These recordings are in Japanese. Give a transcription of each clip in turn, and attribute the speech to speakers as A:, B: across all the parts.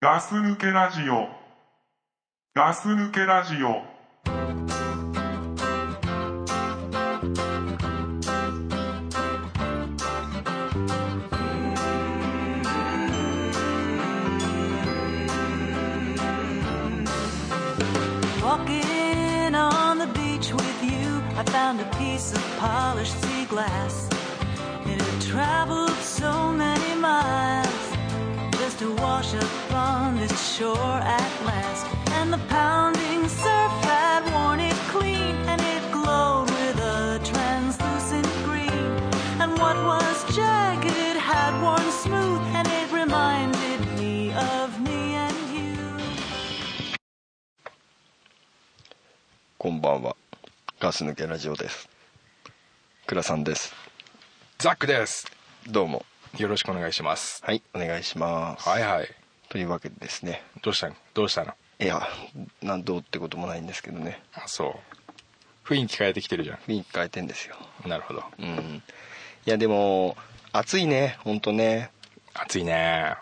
A: ガス抜けラジオ。ガス抜けラジオ。
B: Walking on the beach with you, I found a piece of polished sea glass. It had traveled so many miles just to wash up on this shore at last. And the pounding surf had worn it clean, and it glowed with a translucent green. And what was jagged had worn smooth, and it reminded me of me and you.
C: こんばんは。ガス抜けラジオです。倉さんです。
D: ザックです
C: どうも。
D: よろしくお願いします
C: はい、お願いします。
D: はいはい
C: というわけでですね。
D: どうしたのどうしたの
C: いや、なんどうってこともないんですけどね。
D: あそう雰囲気変えてきてるじゃ
C: 雰囲気変えてんですよ。
D: んなるほど
C: うん。いや、でも、暑いね。ほんとね。
D: 暑いね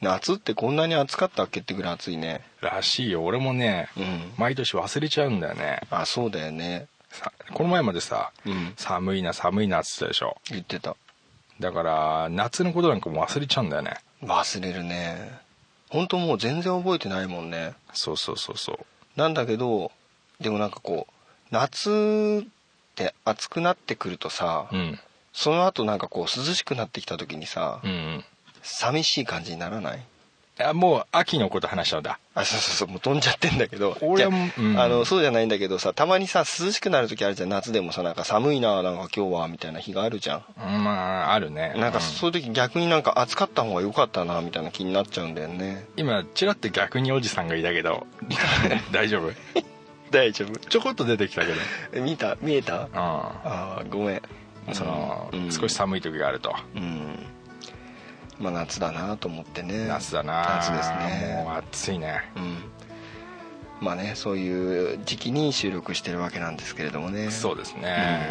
C: 夏ってこんなに暑かったっけってぐらい暑いね。
D: らしいよ俺もね、
C: うん
D: 毎年忘れちゃうんだよね
C: あ、そうだよね。
D: さこの前までさ、
C: うん
D: 寒いな寒いなっつってたでしょ
C: 言ってた。
D: だから夏のことなんかもう忘れちゃうんだよね
C: 忘れるね。ほんともう全然覚えてないもんね。
D: そうそうそうそう
C: なんだけどでもなんかこう夏って暑くなってくるとさ、
D: うん
C: その後なんかこう涼しくなってきた時にさ、
D: うんうん
C: 寂しい感じにならない
D: あもう秋のこと話しちゃうんだ
C: あそうそうそうもう飛んじゃってんだけど
D: 俺は
C: じゃあ,、
D: うん
C: あのそうじゃないんだけどさたまにさ涼しくなる時あるじゃん夏でもさなんか寒いななんか今日はみたいな日があるじゃん
D: うんまああるね
C: なんか
D: うん
C: そういう時逆になんか暑かった方が良かったなみたいな気になっちゃうんだよね
D: 今ちらって逆におじさんがいた けど大丈夫
C: 大丈夫
D: ちょこっと出てきたけど
C: え見た見えた
D: う
C: あーごめん
D: んその、
C: うん
D: 少し寒い時があると
C: うんまあ夏だなと思ってね
D: 夏だな
C: 夏ですね
D: もう暑いね
C: うんまあねそういう時期に収録してるわけなんですけれどもね
D: そうですね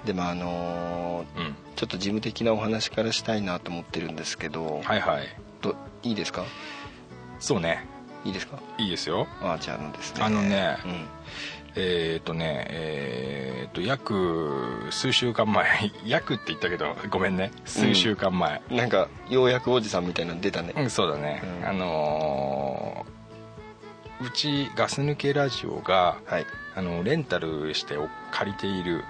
C: うんでもあのー
D: うん、
C: ちょっと事務的なお話からしたいなと思ってるんですけど、
D: はいはい
C: どいいですか
D: そうね
C: いいですか
D: いいですよ
C: あーじゃああのですね
D: あのね
C: うん
D: えーっ、とねえーっ、と約数週間前 約って言ったけどごめんね数週間前、
C: なんかようやくおじさんみたいなの出たね、
D: うんそうだね、
C: うん
D: あのーうちガス抜けラジオが、
C: はい、
D: あのレンタルしてお借りている、
C: うん、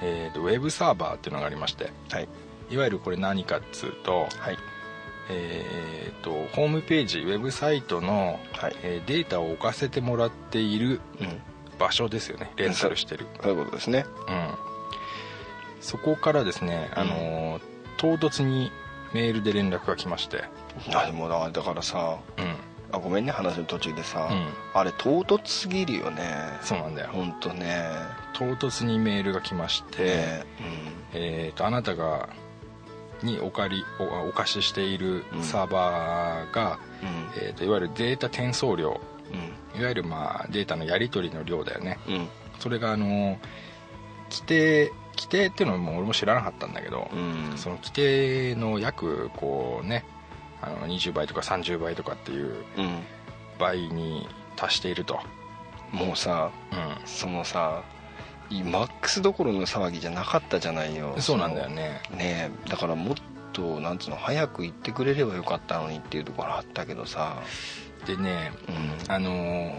D: えーっとウェブサーバーっていうのがありまして
C: はい
D: いわゆるこれ何かっつうと、
C: はい
D: えー、とホームページウェブサイトの、
C: はい
D: えーデータを置かせてもらっている
C: うん
D: 場所ですよねレンタルしてる、
C: そういうことですね
D: うん、そこからですね、あのー唐突にメールで連絡が来まして
C: あでもなだからさ
D: うん
C: あごめんね話の途中でさ、
D: うん
C: あれ唐突すぎるよね
D: そうなんだよ
C: 本当ね
D: 唐突にメールが来まして、
C: ね
D: えー、とあなたがにお借りおお貸ししているサーバーが、
C: うんうん
D: えー、といわゆるデータ転送量
C: う
D: いわゆる、まあ、データのやり取りの量だよね
C: んうん
D: それがあの規定規定っていうのも俺も知らなかったんだけど、
C: うん
D: その規定の約こうねあの20倍とか30倍とかっていう
C: うん
D: 倍に達していると、
C: もうさ
D: う
C: そのさいマックスどころの騒ぎじゃなかったじゃないよ
D: ん、そうなんだよね
C: そのねえだからもっとなんつうの早く行ってくれればよかったのにっていうところあったけどさ
D: でね
C: うん
D: あの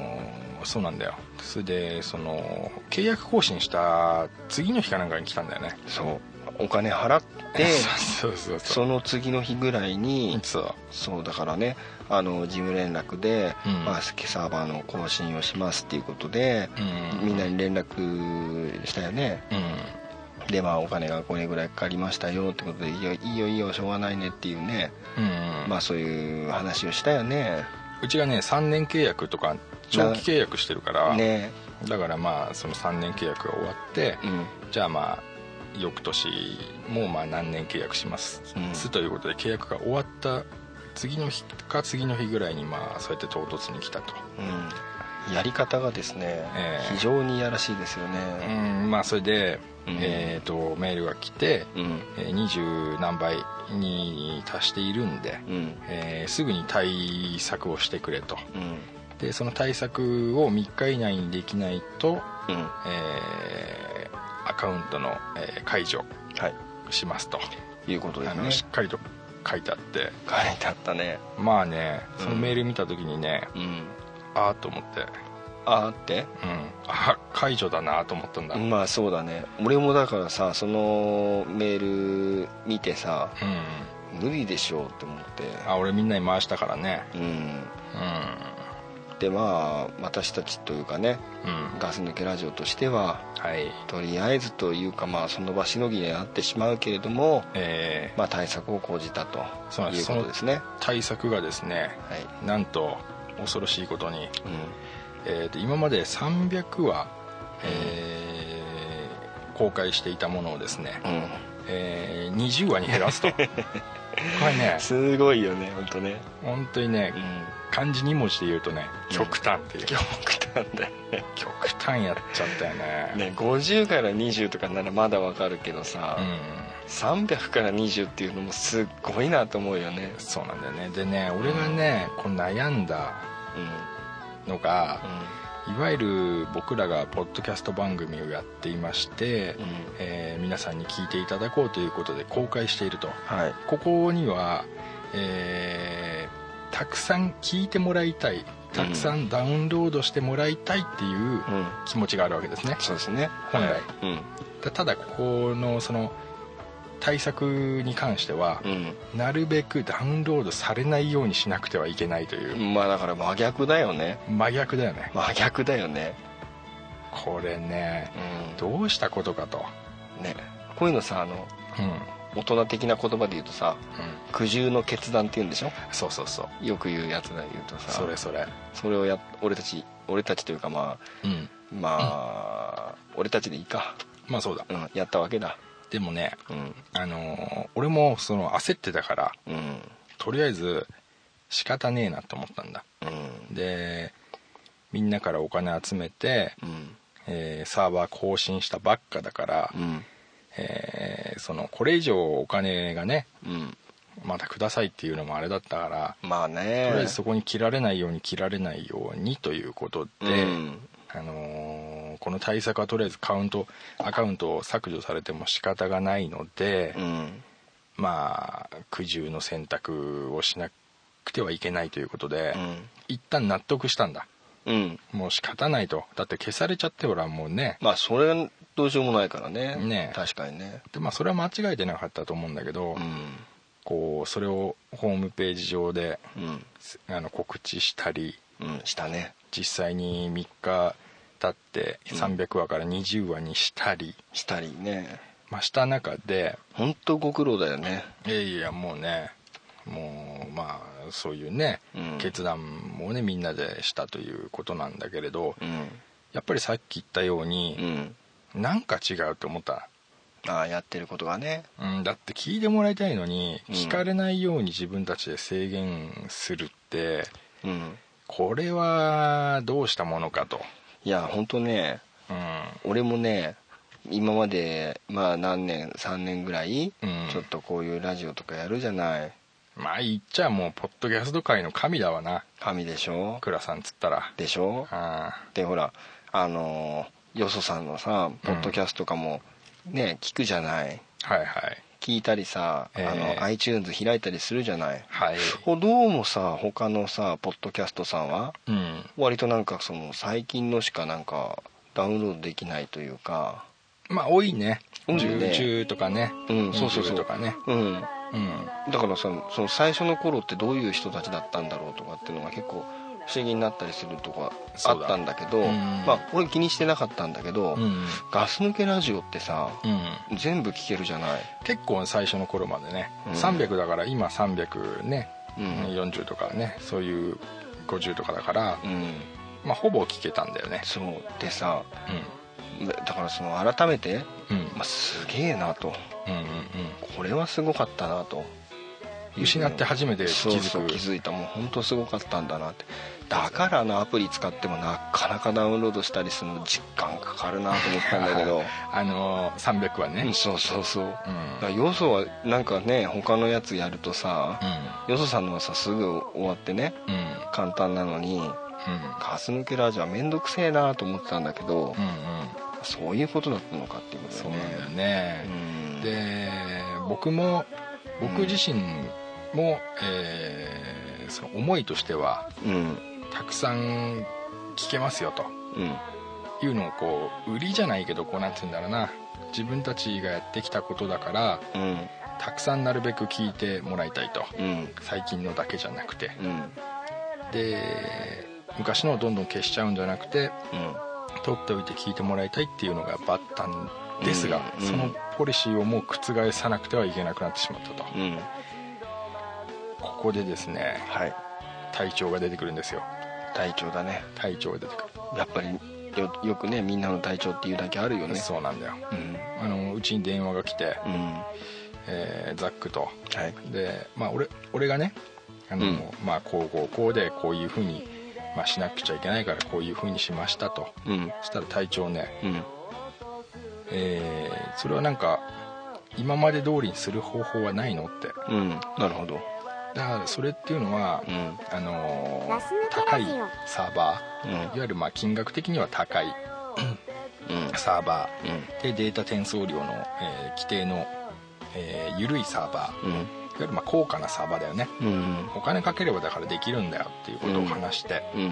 D: ーそうなんだよそれでその契約更新した次の日かなんかに来たんだよね
C: そうお金払って
D: そうそうそ
C: そ
D: う
C: の次の日ぐらいに
D: そう
C: そうだからねあの事務連絡で、
D: うん
C: まあ、スケサーバーの更新をしますっていうことで、
D: うん
C: みんなに連絡したよね
D: うん
C: でまあお金がこれぐらいかかりましたよってことでいいよいいよいいよしょうがないねっていうね、
D: うん
C: まあそういう話をしたよね
D: うちがね3年契約とか長期契約してるから、
C: ね
D: だからまあその3年契約が終わって、
C: うん
D: じゃあまあ翌年もまあ何年契約します、
C: うん
D: ということで契約が終わった次の日か次の日ぐらいにまあそうやって唐突に来たと
C: うんやり方がですね、
D: ええ
C: 非常にいやらしいですよ
D: う
C: ね、
D: んまあそれで、
C: うん
D: えー、とメールが来て、
C: うん
D: えー20何倍に達しているんで、
C: うん
D: えーすぐに対策をしてくれと
C: うん
D: でその対策を3日以内にできないと、
C: うんは
D: えーアカウントの、えー解除しますと、
C: いいうことで
D: あ
C: す
D: の
C: ね
D: しっかりと書いてあって
C: 書いてあったね
D: まあね
C: うん
D: そのメール見た時にね、
C: うん
D: ああと思って、うん、
C: あーって
D: あ解除だなと思ったんだ、うん
C: まあそうだね俺もだからさそのメール見てさ無理でしょうって思って
D: あ俺みんなに回したからね
C: うん
D: う
C: でまあ私たちというかね
D: んうん
C: ガス抜けラジオとしては
D: はい
C: とりあえずというかまあその場しのぎになってしまうけれども、
D: え
C: まあ、対策を講じたと
D: そうなんで
C: いう
D: す
C: ことですね
D: ー対策がですね
C: はい、
D: なんと恐ろしいことに、
C: う
D: えーと今まで300話、えー公開していたものをですね、
C: んうん、
D: えー20話に減 らすとこれね
C: すごいよね本当ね
D: 本当にね
C: うん
D: 漢字2文字で言うとね
C: うん
D: 極端っていう、
C: 極端だよね
D: 極端やっちゃったよね
C: ね50から20とかならまだわかるけどさ、
D: う
C: 300から20っていうのもすっごいなと思うよね
D: んそうなんだよねでね俺がねこう悩んだのが、いわゆる僕らがポッドキャスト番組をやっていまして、
C: うんうんうん
D: えー皆さんに聞いていただこうということで公開していると
C: はい
D: ここには、えーたくさん聞いてもらいたいたくさんダウンロードしてもらいたいっていう
C: うん
D: 気持ちがあるわけですね、
C: そうですね
D: 本来
C: はいうん
D: たただここのその対策に関しては、なるべくダウンロードされないようにしなくてはいけないといううん
C: まあだから真逆だよね
D: 真逆だよね
C: 真逆だよね
D: これね
C: うん
D: どうしたことかと
C: ねこういうのさあの
D: う
C: 大
D: ん、
C: 人的な言葉で言うとさ
D: うん、
C: 苦渋の決断って言うんでしょ
D: そうそうそう
C: よく言うやつで言うとさ
D: それそれ
C: それをや俺たち俺たちというかまあ
D: うん
C: まあ、俺たちでいいか、
D: まあそうだ
C: うん、やったわけだ
D: でもね
C: うん
D: あのー俺もその焦ってたから
C: うん
D: とりあえず仕方ねえなと思ったんだ
C: うん
D: でみんなからお金集めて、
C: うん
D: えーサーバー更新したばっかだから、
C: うん
D: えーそのこれ以上お金がね
C: うん
D: またくださいっていうのもあれだったから
C: まあ
D: と
C: ね
D: りあえずそこに切られないように切られないようにということで、
C: うん
D: あのーこの対策はとりあえずカウントアカウントを削除されても仕方がないので、
C: うん
D: まあ苦渋の選択をしなくてはいけないということで、
C: うん
D: 一旦納得したんだ
C: うん
D: もう仕方ないとだって消されちゃってほらもうね
C: まあそれはどうしようもないからね
D: ね
C: 確かにね
D: で、まあ、それは間違えてなかったと思うんだけど、
C: うん
D: こうそれをホームページ上で
C: うん
D: あの告知したり
C: うんしたね
D: 実際に3日経って
C: うん
D: 300話から20話にしたり、
C: したりね
D: まあ、した中で
C: 本当ご苦労だよね
D: いやいやもうねもうまあそういうね、
C: うん
D: 決断もねみんなでしたということなんだけれど、
C: うん
D: やっぱりさっき言ったよう
C: う
D: に、
C: ん
D: なんか違うと思った、
C: ああやってることがね
D: うん、だって聞いてもらいたいのに
C: うん
D: 聞かれないように自分たちで制限するって
C: うん
D: これはどうしたものかと、
C: いや本当ね
D: うん、
C: 俺もね今までまあ何年3年ぐらい、
D: うん
C: ちょっとこういうラジオとかやるじゃない
D: まあ言っちゃもうポッドキャスト界の神だわな
C: 神でしょ
D: 倉さんっつったら
C: でしょ
D: あ
C: でほらあのーよそさんのさポッドキャストとかもね、聞くじゃない
D: あはいはい
C: 聞いたりさ、
D: ええ
C: あの iTunes 開いたりするじゃない
D: はい
C: おどうもさ他のさポッドキャストさんは
D: うん
C: 割となんかその最近のしかなんかダウンロードできないというか
D: まあ多いね
C: 多いね
D: 10とかね
C: うんそうそうそう
D: 20とかね
C: うん
D: うん
C: だからさその最初の頃ってどういう人たちだったんだろうとかっていうのが結構不思議になったりするとかあったんだけど
D: そうだうん
C: まあ俺気にしてなかったんだけど、
D: うん、
C: ガス抜けラジオってさ、
D: うん、
C: 全部聞けるじゃない
D: 結構最初の頃までね、
C: うん
D: 300だから今300ね、
C: うん
D: 40とかねそういう50とかだから、
C: うん
D: まあ、ほぼ聞けたんだよね
C: そうでさだからその改めて、
D: うんうん
C: まあ、すげえなと
D: うんうんうん
C: これはすごかったなと
D: 失って初めて気
C: そうそう
D: づ
C: 気
D: く
C: づいたもう本当すごかったんだなってだからあのアプリ使ってもなかなかダウンロードしたりするの時間かかるなと思ったんだ けど、
D: あのー300は
C: うん
D: ね
C: そうそうそう、だから
D: うん
C: よそはなんかね他のやつやるとさ
D: う、
C: よそさんのはさすぐ終わってね
D: んうん
C: 簡単なのにガス抜けラジオは面倒くせえなと思ってたんだけど、
D: うんうんうん
C: そういうことだったのかっていうこと
D: そう
C: ね
D: なんだよね、
C: うん
D: で僕も僕自身も、えーその思いとしては
C: うん
D: たくさん聞けますよと
C: うん
D: いうのをこう売りじゃないけどこうなんて言うんだろうな自分たちがやってきたことだから
C: うん
D: たくさんなるべく聞いてもらいたいと
C: うん
D: 最近のだけじゃなくて
C: うん
D: で昔のをどんどん消しちゃうんじゃなくて
C: うん
D: 取っておいて聞いてもらいたいっていうのがやっぱあったんですが、
C: うん
D: そのポリシーをもう覆さなくてはいけなくなってしまったと、
C: うん
D: ここでですね
C: はい
D: 隊長が出てくるんですよ
C: 体調だね
D: 隊長が出てく
C: やっぱりよよくねみんなの体調っていうだけあるよ
D: る、
C: ね
D: そうなんだよ
C: うん
D: あのうちに電話が来て、
C: うんは
D: えーザックと
C: い
D: で、まあ、俺俺がねあの、
C: うん
D: まあ、こうこうこうでこういうふうに、まあ、しなくちゃいけないからこういうふうにしましたと
C: うん
D: そしたら隊長ね、
C: うん
D: えーそれはなんか今まで通りにする方法はないのって
C: うんなるほど
D: だからそれっていうのは、
C: うん
D: あのー
E: ガス抜け
D: 高
E: ラ
D: い
E: ジオ
D: サーバ
C: う
D: ー、い
C: ん
D: わゆるまあ金額的には高い
C: うん
D: サーバー、
C: う
D: でデータ転送量の、えー規定の、えー緩いサーバー、い
C: ん
D: わゆるまあ高価なサーバーだよね
C: うんうん
D: お金かければだからできるんだよっていうことを話して、
C: うん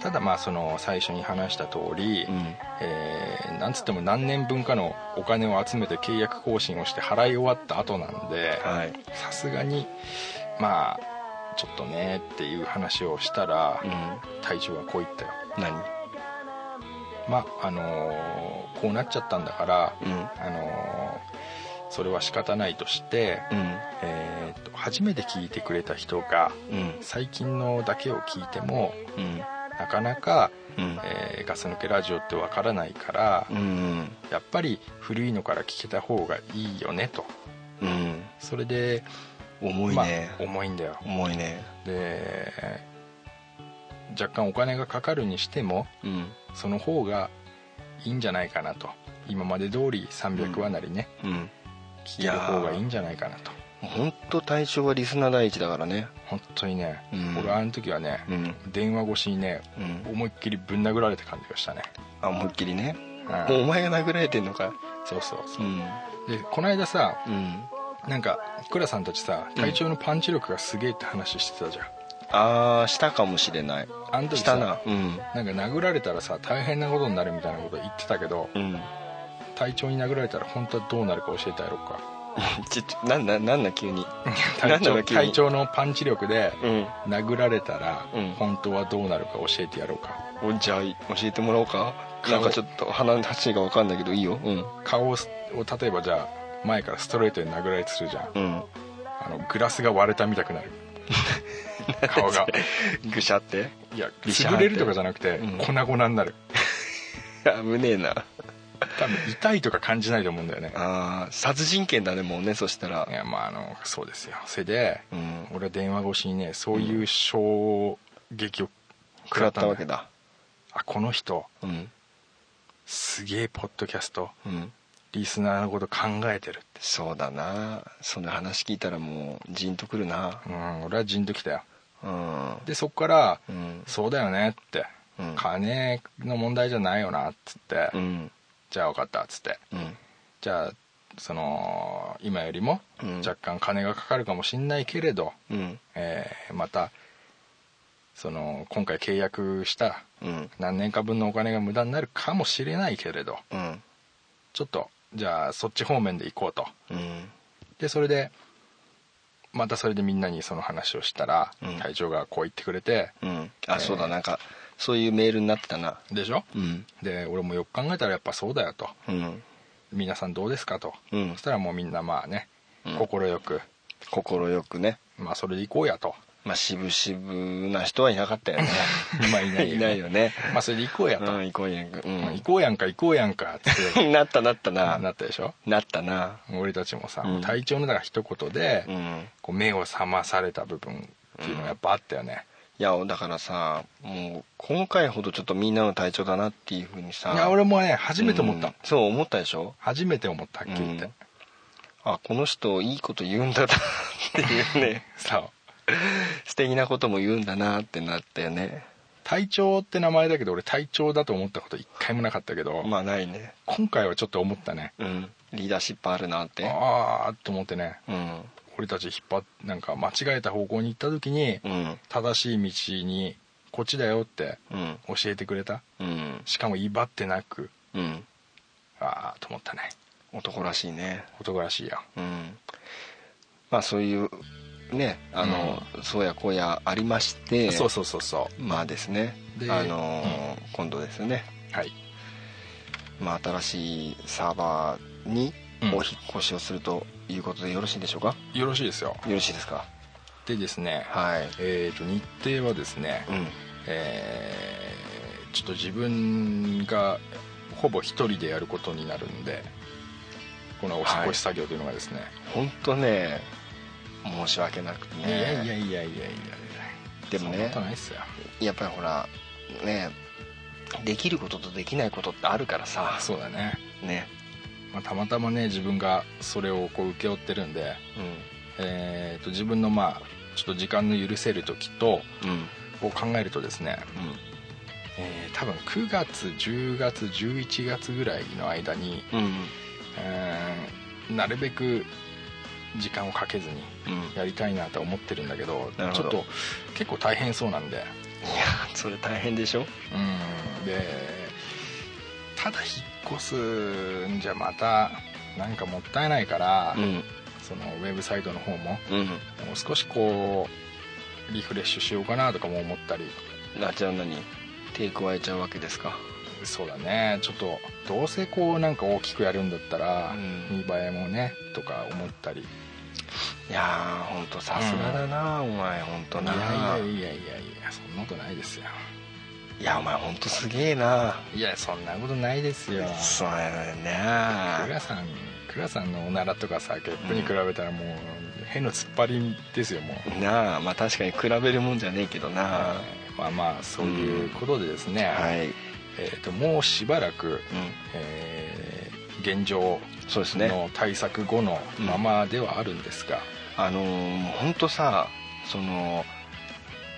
D: ただまあその最初に話した通り、
C: うん
D: えーなんつっても何年分かのお金を集めて契約更新をして払い終わった後なんで
C: はい
D: さすがにまあちょっとねっていう話をしたら、
C: うん
D: 隊長はこう言ったよ
C: 何
D: まああのーこうなっちゃったんだから、
C: うん
D: あのーそれは仕方ないとして、
C: うん
D: えーっと初めて聞いてくれた人が
C: うん
D: 最近のだけを聞いても
C: うん
D: なかなか、
C: うん
D: えーガス抜けラジオってわからないから、
C: うん
D: やっぱり古いのから聞けた方がいいよねと
C: うん
D: それで
C: 重い
D: まあ
C: ね
D: 重いんだよ
C: 重いね
D: で若干お金がかかるにしても
C: うん
D: その方がいいんじゃないかなと今まで通り300話なりね、
C: うん
D: 聞ける方がいいんじゃないかなと
C: 本当対象はリスナー第一だからね
D: 本当にね、
C: うん
D: 俺あの時はね、
C: うん
D: 電話越しにね
C: うん
D: 思いっきりぶん殴られた感じがしたね、
C: あ思いっきりね
D: うん
C: もうお前が殴られてんのか
D: そうそうそううんでこの間さ
C: うん
D: なんか倉さんたちさ隊長のパンチ力がすげえって話してたじゃん、
C: ああしたかもしれない
D: あの時
C: した
D: さ
C: なうん
D: なんか殴られたらさ大変なことになるみたいなこと言ってたけど
C: うん
D: 隊長に殴られたら本当はどうなるか教えてやろうか
C: ちょっとなんななんな急に
D: 隊
C: なんな
D: 長
C: の急に
D: 隊長のパンチ力で
C: うん
D: 殴られたら
C: うん
D: 本当はどうなるか教えてやろうか
C: おじゃあ教えてもらおうか
D: 顔
C: なんかちょっと鼻の端が分かんないけどいいようん
D: 顔を例えばじゃあ前からストレートに殴られてするじゃん
C: うん
D: あのグラスが割れたみ たくなる顔が
C: ぐしゃって
D: いや
C: リシャーっ
D: 潰
C: て
D: れるとかじゃなくて
C: うん
D: 粉々になる
C: やむねえな
D: 多分痛いとか感じないと思うんだよね
C: あー殺人剣だねもうねそしたら
D: いやまああのそうですよそれで
C: うん
D: 俺は電話越しにねそういう衝撃を
C: 食らった
D: ん
C: わけだ
D: あこの人
C: うん
D: すげえポッドキャスト
C: うん
D: リスナーのこと考えてるって
C: そうだなその話聞いたらもうジーンとくるな
D: うん俺はジンときたよ
C: うん
D: でそっから「
C: うん
D: そうだよね」って、
C: うん
D: 金の問題じゃないよな」っつって、
C: うん
D: じゃあ分かった」っつって
C: うん
D: じゃあその今よりも
C: うん
D: 若干金がかかるかもしんないけれど、
C: うん
D: えーまたその今回契約した
C: うん
D: 何年か分のお金が無駄になるかもしれないけれど
C: うん
D: ちょっとじゃあそっち方面で行こうと
C: うん
D: でそれでまたそれでみんなにその話をしたら、
C: うん
D: 隊長がこう言ってくれて
C: うんあそうだなんかそういうメールになってたな
D: でしょ、
C: うん
D: で俺もよく考えたらやっぱそうだよと
C: うん
D: 皆さんどうですかと、
C: うん
D: そしたらもうみんなまあね
C: うん
D: 快く、
C: 快くね
D: まあそれで行こうやと
C: まあ渋々な人はいなかったよね
D: まあいないよね
C: いないよね
D: まあそれで行こうやと、
C: うん行こうやんかう
D: まあ行こうやんか行こうやんかって
C: んなったなったな
D: なったでしょ
C: なったな
D: 俺たちもさ、
C: うん
D: 体調のだから一言で、
C: うん
D: こう目を覚まされた部分っていうのがやっぱあったよね、
C: いやだからさもう今回ほどちょっとみんなの体調だなっていうふうにさ
D: いや俺もね初めて思った、
C: うんそう思ったでしょ
D: 初めて思ったはっきり言って、
C: うんあこの人いいこと言うんだなっていう ね
D: さあ
C: 素敵なことも言うんだなってなったよね
D: 隊長って名前だけど俺隊長だと思ったこと一回もなかったけど、
C: まあないね
D: 今回はちょっと思ったね
C: うんリーダーシップあるなって
D: ああと思ってね
C: うん
D: 俺たち引っ張っなんか間違えた方向に行った時に、
C: うん
D: 正しい道にこっちだよって
C: うん
D: 教えてくれた
C: うん
D: しかも威張ってなく
C: うん
D: ああと思ったね
C: 男らしいね
D: 男らしいよ
C: うんまあそういうねあの、そうやこうやありまして
D: そうそうそうそ
C: まあですね
D: で
C: あのー、今度ですね
D: うはい
C: まあ、新しいサーバーに
D: うん
C: お引っ越しをするということでよろしいんでしょうか、
D: よろしいですよ
C: よろしいですか
D: でですね、
C: はい
D: えー、と日程はですね、
C: うん
D: えーちょっと自分がほぼ一人でやることになるんでこのお引っ越し作業というのがですね、
C: 本当ね申し訳なくてね
D: い、やいやいやいやいやいや
C: でもね
D: そんなことないっすよ
C: やっぱりほらねできることとできないことってあるからさ
D: そうだね、
C: ね
D: まあ、たまたまね自分がそれをこう請け負ってるんで、えー、と自分のまあちょっと時間の許せる時と
C: うんうん
D: を考えるとですね、えー多分9月10月11月ぐらいの間に、
C: うんうん
D: えーなるべく時間をかけずに
C: うん
D: やりたいなと思ってるんだけど
C: なる
D: ち
C: ほ
D: ょ
C: ど
D: っと結構大変そうなんで
C: いやそれ大変でしょ
D: うんでただ引っ越すんじゃまたなんかもったいないから、
C: ん
D: そのウェブサイトの方もも
C: うん
D: う少しこうリフレッシュしようかなとかも思ったり
C: あじゃあ何手加えちゃうわけですか
D: そうだねちょっとどうせこうなんか大きくやるんだったら、
C: うん
D: 見栄えもねとか思ったり
C: いやー本当さすがだな、お前本当
D: い
C: な
D: やいやいやいやいやそんなことないですよ
C: いやお前本当すげえない
D: やそんなことないですよ
C: そうやね
D: 倉さん倉さんのおならとかさゲップに比べたらもう変の突っ張りですよもう、
C: なあまあ確かに比べるもんじゃねえけどな
D: えーまあまあそういうことでですね、
C: はい、うん、
D: えー、ともうしばらく、えー現状
C: そうですね
D: の対策後のままではあるんですが、
C: あのー、もう本当さその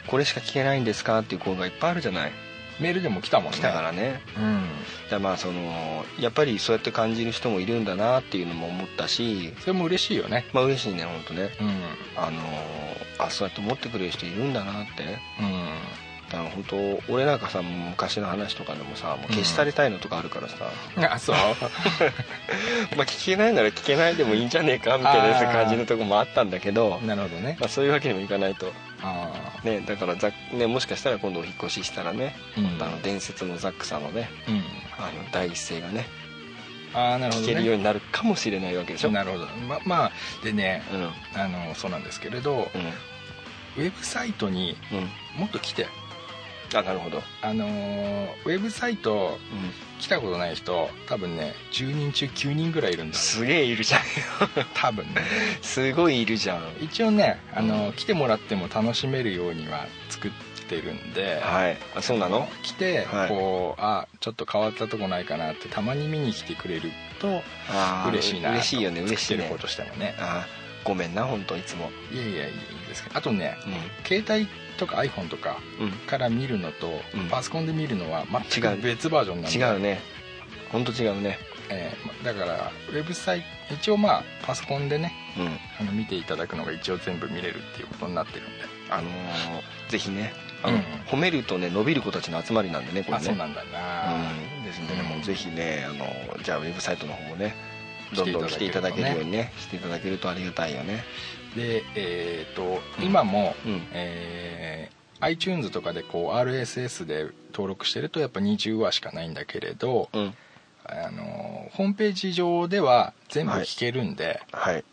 C: これしか聞けないんですかっていう声がいっぱいあるじゃない
D: メールでも来たもんね
C: 来たからね
D: うん
C: じゃあまあそのやっぱりそうやって感じる人もいるんだなっていうのも思ったし
D: それも嬉しいよね
C: まあ嬉しいね本当ね
D: うんうん
C: あのー、あそうやって思ってくれる人いるんだなってねだから本当俺なんかさもう昔の話とかでもさもう消し去りたいのとかあるからさ、
D: あそう
C: まあ聞けないなら聞けないでもいいんじゃねえかみたいな
D: あー
C: 感じのとこもあったんだけど
D: なるほどね
C: まあ、そういうわけにもいかないと、
D: あ
C: ね、だからざっ、ね、もしかしたら今度お引っ越ししたらね、
D: あうん
C: あの伝説のザックさんのね
D: うん
C: あの第一声がね
D: ああなるほ
C: 聞
D: ど
C: け
D: ね
C: るようになるかもしれないわけでしょ、うん
D: なるほどままあでね
C: うん
D: あのそうなんですけれど、ウェブサイトに
C: うん、
D: もっと来て
C: あなるほど、
D: あのーウェブサイト来たことない人多分ね10人中9人ぐらいいるんです
C: すげえいるじゃん
D: 多分ね
C: すごいいるじゃん
D: 一応ね、あのー
C: うん
D: 来てもらっても楽しめるようには作ってるんで、
C: はいあそうなの
D: 来て、
C: はい
D: こうあちょっと変わったとこないかなってたまに見に来てくれると
C: あー
D: 嬉しいな
C: 嬉しいよね
D: と
C: 嬉しい
D: 作ってる
C: ね
D: 方としてもね
C: あーごめんな本当いつも
D: いやいやいいんですけどあとね
C: う
D: 携帯とか iPhone とか
C: ん、うん、
D: から見るのと、
C: うん
D: パソコンで見るのは全
C: 違
D: く
C: う
D: 別バージョンなんで
C: 違うね本当違うね
D: えーまだからウェブサイト一応まあパソコンでね
C: うん
D: あの見ていただくのが一応全部見れるっていうことになってるんで
C: あのーぜひねあの、
D: うん
C: 褒めるとね伸びる子たちの集まりなんでねこれ
D: あ
C: ね
D: そうなんだな、
C: うんですのでね、
D: うん
C: もうぜひねあのーじゃあウェブサイトの方もねどんどん来
D: 来
C: て
D: て
C: い
D: い
C: ただ
D: ただ
C: け
D: け
C: るよ
D: るよ
C: う
D: う
C: にねしていただけるとありがたいよね
D: でえっと
C: うん
D: 今も、
C: うん
D: えー iTunes とかでこう RSS で登録してるとやっぱ20話しかないんだけれど、
C: うん
D: あのホームページ上では全部聞けるんで、
C: はい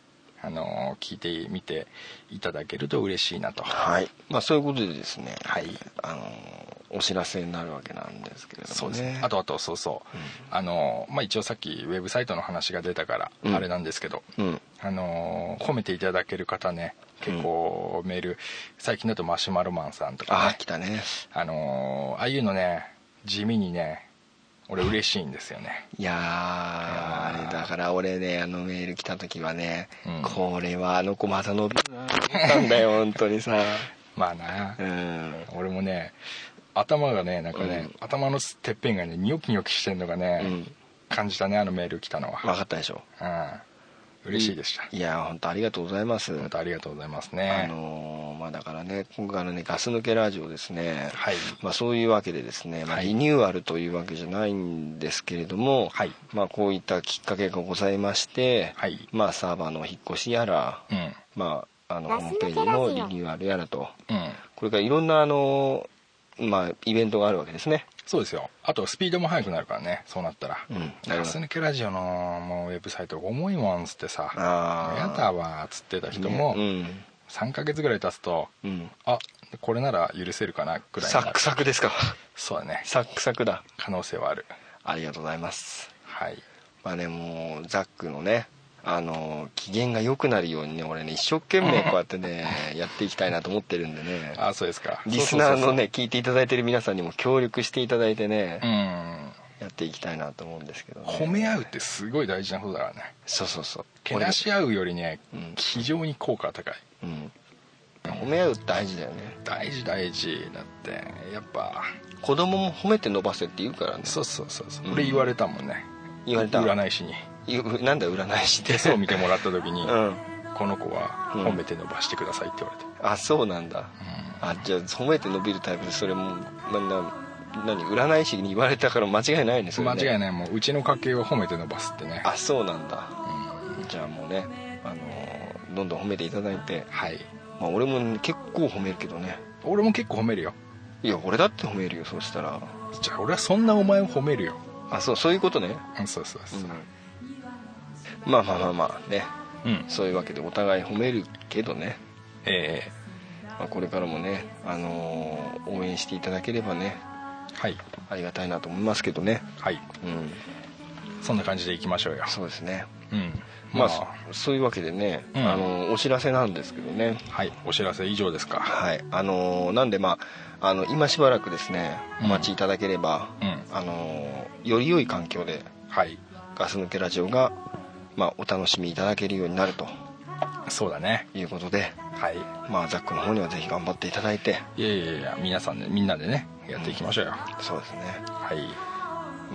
D: あの聞いてみていただけると嬉しいなと
C: はい、まあ、そういうことでですね、
D: はい
C: あのお知らせになるわけなんですけれどもね
D: そうですねあとあとそうそう、あのまあ一応さっきウェブサイトの話が出たから
C: うん
D: あれなんですけど、
C: うん
D: あの褒めていただける方ね結構メール、最近だとマシュマロマンさんとか
C: あ
D: ね
C: 来たね
D: あのああいうのね地味にね俺嬉しいんですよね
C: いやーあれだから俺ねあのメール来た時はね、
D: うん
C: これはあの子また伸びるなと思ったんだ よ本当にさ
D: まあな
C: うん
D: 俺もね頭がねなんかね、
C: う
D: 頭のてっぺんがねニョキニョキしてんのがね、
C: うん
D: 感じたねあのメール来たの
C: 分
D: は、
C: かったでしょ
D: うん、嬉しいでした、
C: いやー本当ありがとうございます
D: 本当ありがとうございます
C: あ
D: ね、
C: のーまあだからね今回のねガス抜けラジオですね
D: はい
C: まあ、そういうわけでですね、まあ、
D: はい
C: リニューアルというわけじゃないんですけれども、
D: はい
C: まあ、こういったきっかけがございまして、
D: はい
C: まあ、サーバーの引っ越しやら、
D: うん
C: まあ、あの
E: ガス
C: ホーム
E: 抜
C: ペ
E: け
C: ー
E: ラ
C: ジ
E: ジオ
C: のリニューアルやらと
D: うん
C: これからいろんなあの、まあ、イベントがあるわけですね
D: そうですよあとスピードも速くなるからねそうなったら
C: うんなるほど
D: ガス抜けラジオのもうウェブサイトが重いもん」っつってさ「
C: あー
D: やだわ」っつってた人も
C: ね
D: 3ヶ月ぐらい経つと
C: うんうん、
D: 「あこれなら許せるかな」ぐらいに
C: サ
D: なる
C: ックサクですか
D: そうだね
C: サックサクだ
D: 可能性はある
C: ありがとうございます
D: はい
C: まあねもうザックのねあの機嫌が良くなるようにね俺ね一生懸命こうやって ねやっていきたいなと思ってるんでね
D: あそうですか
C: リスナー
D: そう
C: のね聞いていただいてる皆さんにも協力していただいてね
D: そうそう、うん
C: やっていきたいなと思うんですけど、ね、
D: 褒め合うってすごい大事なことだからね
C: そうそうそう
D: けなし合うよりね
C: うん
D: 非常に効果が高い
C: うん、褒め合うって大事だよね
D: 大事大事だってやっぱ
C: 子供も褒めて伸ばせって言うからね
D: そうそうそうそう
C: うん
D: 俺言われたもんね
C: 言われた
D: 占 い師に
C: 言うなんだよ占い師って
D: 手相を見てもらった時に、
C: うん
D: この子は褒めて伸ばしてくださいって言われて、
C: あそうなんだあじゃあ褒めて伸びるタイプでそれもなな何占い師に言われたから間違いないねそれね
D: 間違い
C: い
D: ないもううちの家系を褒めて伸ばすってね
C: あそうなんだ、じゃあもうねあのーどんどん褒めていただいて、
D: はい
C: まあ、俺もね結構褒めるけどね
D: 俺も結構褒めるよ
C: いや俺だって褒めるよそうしたら
D: じゃあ俺はそんなお前を褒めるよ
C: あそうそういうことね、
D: うんそうそうそう
C: まあまあまあまあね
D: うん、
C: そういうわけでお互い褒めるけどね、
D: ええ
C: まあ、これからもね、あのー応援していただければね
D: はい
C: ありがたいなと思いますけどね
D: はい
C: うん
D: そんな感じでいきましょうよ
C: そうですね
D: うん
C: ま
D: ま
C: あ、
D: あ、
C: そそういうわけでね、
D: うん
C: あのお知らせなんですけどね
D: はいお知らせ以上ですか
C: はいあのなんでまああの今しばらくですね
D: うん
C: お待ちいただければ、
D: うん
C: あのより良い環境で
D: はい
C: ガス抜けラジオが、まあ、お楽しみいただけるようになると
D: そうだね
C: いうことで、
D: はい
C: まあ、ザックの方にはぜひ頑張っていただいて
D: いやいやいや皆さんでみんなでねやっていきましょうよ、
C: そうですね
D: はい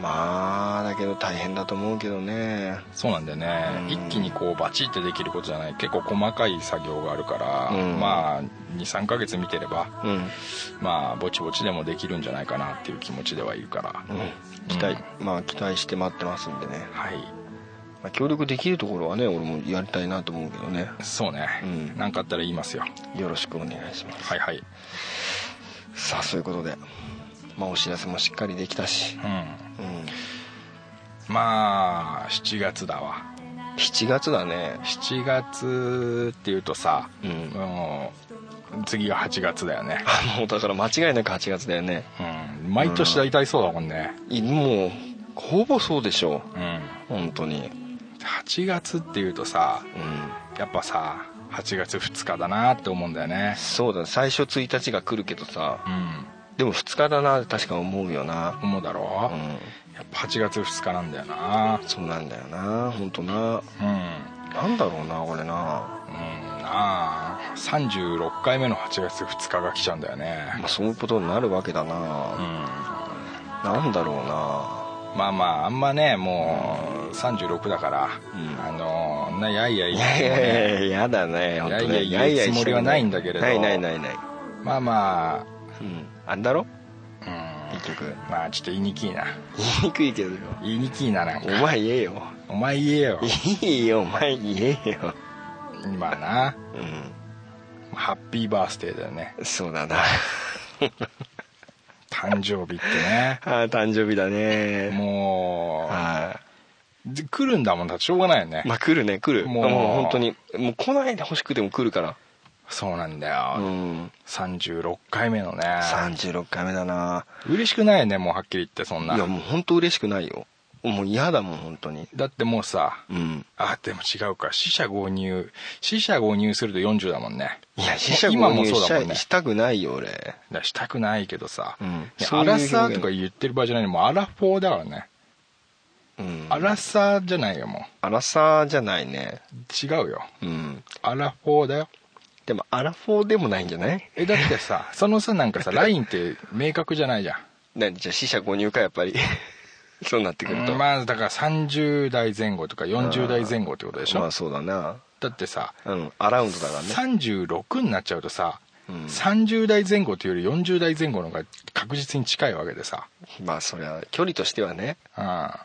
C: まあだけど大変だと思うけどね
D: そうなんだよね、
C: うん
D: 一気にこうバチってできることじゃない結構細かい作業があるから、
C: うん
D: まあ23ヶ月見てれば
C: うん、
D: まあぼちぼちでもできるんじゃないかなっていう気持ちではいるから、
C: うん、期待、まあ期待して待ってますんでね、
D: はい
C: まあ、協力できるところはね俺もやりたいなと思うけどね
D: そうね
C: うん
D: 何、なん、かあったら言いますよ
C: よろしくお願いします
D: はいはい
C: さあそういうことで、まあ、お知らせもしっかりできたし、
D: うん
C: うん、
D: まあ7月だわ
C: 7月だね
D: 7月っていうとさ、
C: うん
D: もう次が8月だよね、
C: あもうだから間違いなく8月だよね
D: うん、毎年大体そうだもんね、
C: いもうほぼそうでしょ
D: うん
C: う本当に
D: 8月っていうとさ
C: うん
D: やっぱさ8月2日だなって思うんだよね
C: そうだね最初1日が来るけどさ
D: うん
C: でも2日だなって確か思うよな
D: 思うだろ
C: う、ん
D: やっぱ8月2日なんだよな
C: そうなんだよな本当な
D: うん、うん、
C: なんだろうなこれな、
D: なあ36回目の8月2日が来ちゃうんだよね
C: まあ、そういうことになるわけだ
D: うん
C: な、
D: ま
C: なんだろうな
D: あまああんまねもう36だから、
C: うん
D: あのーなやいやい
C: い
D: や
C: やい
D: いや
C: やいややだね本当ね
D: いやいや言うつもりはないんだけれど
C: ないないないない
D: まあまあ
C: うんあんだろ
D: うん
C: 結局
D: まあちょっと言いにきいな
C: 言いにくいけどよ
D: 言いにきいななん
C: お
D: か
C: 前言えよ
D: お前言えよ
C: いいよお前言えよ
D: まあな
C: う
D: ハッピーバースデーだよね
C: んそうだな
D: 誕生日ってね
C: あー誕生日だね
D: も
C: は
D: うで来るんだもんだってしょうがないよね、
C: まあ来るね来る
D: も
C: も
D: う
C: う本当にもう来ないで欲しくても来るか
D: そうなんだ
C: らう
D: よ、
C: ん
D: 36回目のね
C: 36回目だな
D: 嬉しくないよねもうはっきり言ってそんない
C: やもう本当嬉しくないよもう嫌だもん本当に
D: だってもうさ
C: うん
D: あでも違うか死者購入死者購入すると40だもんね
C: いや死者
D: 今
C: 購
D: も
C: 入
D: そう
C: しち
D: だ
C: ゃ
D: もんね
C: いしたくないよ俺
D: だからしたくないけどさ、
C: うん
D: ね
C: そう
D: ア
C: いう
D: ラ
C: 表現
D: サーとか言ってる場合じゃないのもうアラフォーだからね、
C: うん
D: アラサーじゃないよも
C: アラサーじゃないね
D: う違うよ
C: うん
D: アラフォーだよ
C: でもアラフォーでもないんじゃない
D: えだっ てさそのさなんかさラインって明確じゃないじゃん
C: なんでじゃあ死者購入かやっぱり そうなってくると、
D: うんまあだから30代前後とか40代前後ってことでしょ、
C: まあそうだな
D: だってさ
C: うんアラウンドだからね
D: 36になっちゃうとさ、
C: うん
D: 30代前後というより40代前後の方が確実に近いわけでさ、
C: まあそりゃ距離としてはね
D: うん、ア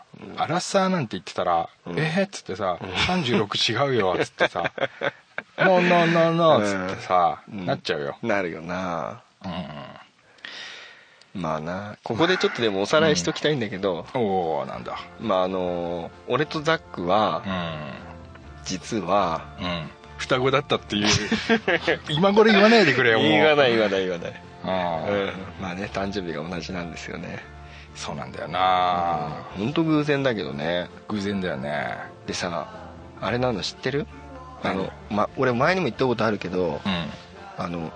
D: ラサーなんて言ってたら「
C: ん
D: えっ?」っつってさ「36違うよ」っつってさ 「ノーノーノーノー」っつってさ、
C: うん
D: なっちゃうよ、
C: なるよな
D: うん、
C: まあなここでちょっとでもおさらいしときたいんだけど、
D: おおなんだ
C: まああの俺とザックは
D: う
C: 実は、
D: んうん双子だったって いう今頃言わないでくれよもう
C: 言わない言わない言わない、
D: うん
C: うん、まあね誕生日が同じなんですよね
D: そうなんだよな、
C: 本当偶然だけどね
D: 偶然だよね
C: でさあれなの知ってるあの
D: 何、
C: ま、俺前にも言ったことあるけど、
D: う
C: あの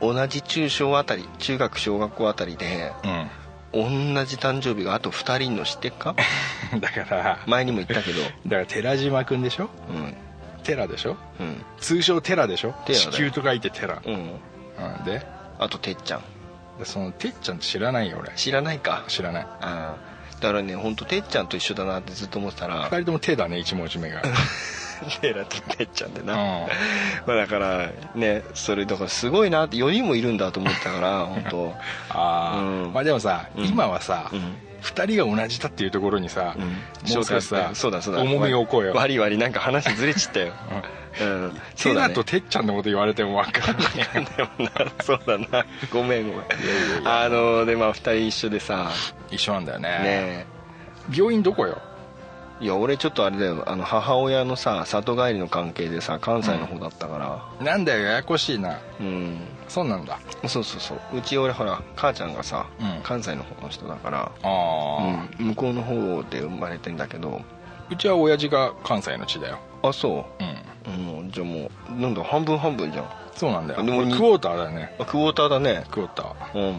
C: 同じ中小あたり中学小学校あたりで
D: ん
C: 同じ誕生日があと2人の知ってっ か
D: うんだから
C: 前にも言ったけど
D: だから寺島君でしょ
C: うん
D: テラでしょ
C: うん
D: 通称テラでしょ
C: テラだ
D: 地
C: よ
D: 球と書いてテラ、
C: うん
D: うん、で
C: あとてっちゃん
D: でそのてっちゃんって知らないよ俺
C: 知らないか
D: 知らない
C: ああだからね本当てっちゃんと一緒だなってずっと思ってたら
D: 二人とも手だね一文字 目が
C: テラとてっちゃんで
D: う
C: な、
D: ん
C: まあだからねそれだからすごいなって4人もいるんだと思ってたから本 当
D: あー、
C: うん
D: まあでもさ、
C: うん
D: 今はさ、
C: うん
D: 二人が同じだっていうところにさ、
C: うん
D: もう少しさ
C: そうだそうだ
D: 重みを置こうよ
C: わりわりなんか話ずれちったよ、うん、そ
D: テ
C: うだ
D: ラ
C: ね
D: とてっちゃんのこと言われても分かんない
C: でもなそうだなごめんごめんあのでまあ2人一緒でさ
D: 一緒なんだよね
C: ね
D: 病院どこよ
C: えいや俺ちょっとあれだよあの母親のさ里帰りの関係でさ関西の方だったか
D: なんだよややこしいな
C: らうん、
D: そうなんだ
C: そうそうそううち俺ほら母ちゃんがさ、
D: うん
C: 関西の方の人だから、
D: ああ、
C: うん向こうの方で生まれてんだけど
D: うちは親父が関西の地だよ
C: あそ
D: うん
C: う、うん、じゃあもうなんだ半分半分じゃんあ
D: そうなんだよ
C: でも
D: 俺クォーターだよね
C: クォーターだね
D: クォーター
C: うん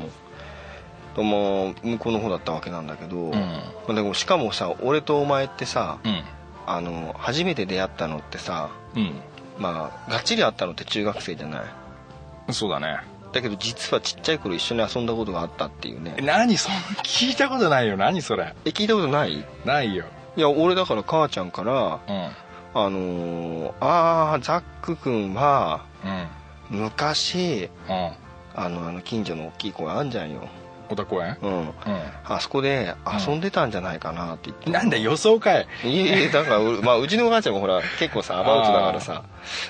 C: でも向こうの方だったわけなんだけど、
D: うん
C: まあでもしかもさ俺とお前ってさ、
D: うん
C: あの初めて出会ったのってさ
D: う
C: まあがっちり会ったのって中学生じゃない
D: んそうだね
C: だけど実はちっちゃい頃一緒に遊んだことがあったっていうね
D: え何そん聞いたことないよ何それ
C: え聞いたことない
D: ないよ
C: いや俺だから母ちゃんから
D: うんうん
C: 「あのー、あーザック君は昔
D: うん
C: あのあの近所の大きい公園あんじゃんよ、
D: 小田公園
C: うん、
D: う
C: あそこで遊んでたんじゃないかな」って言って、
D: んなんだ予想かい
C: いやいやだから俺、まあ、 うちの母ちゃんもほら結構さアバウトだからさ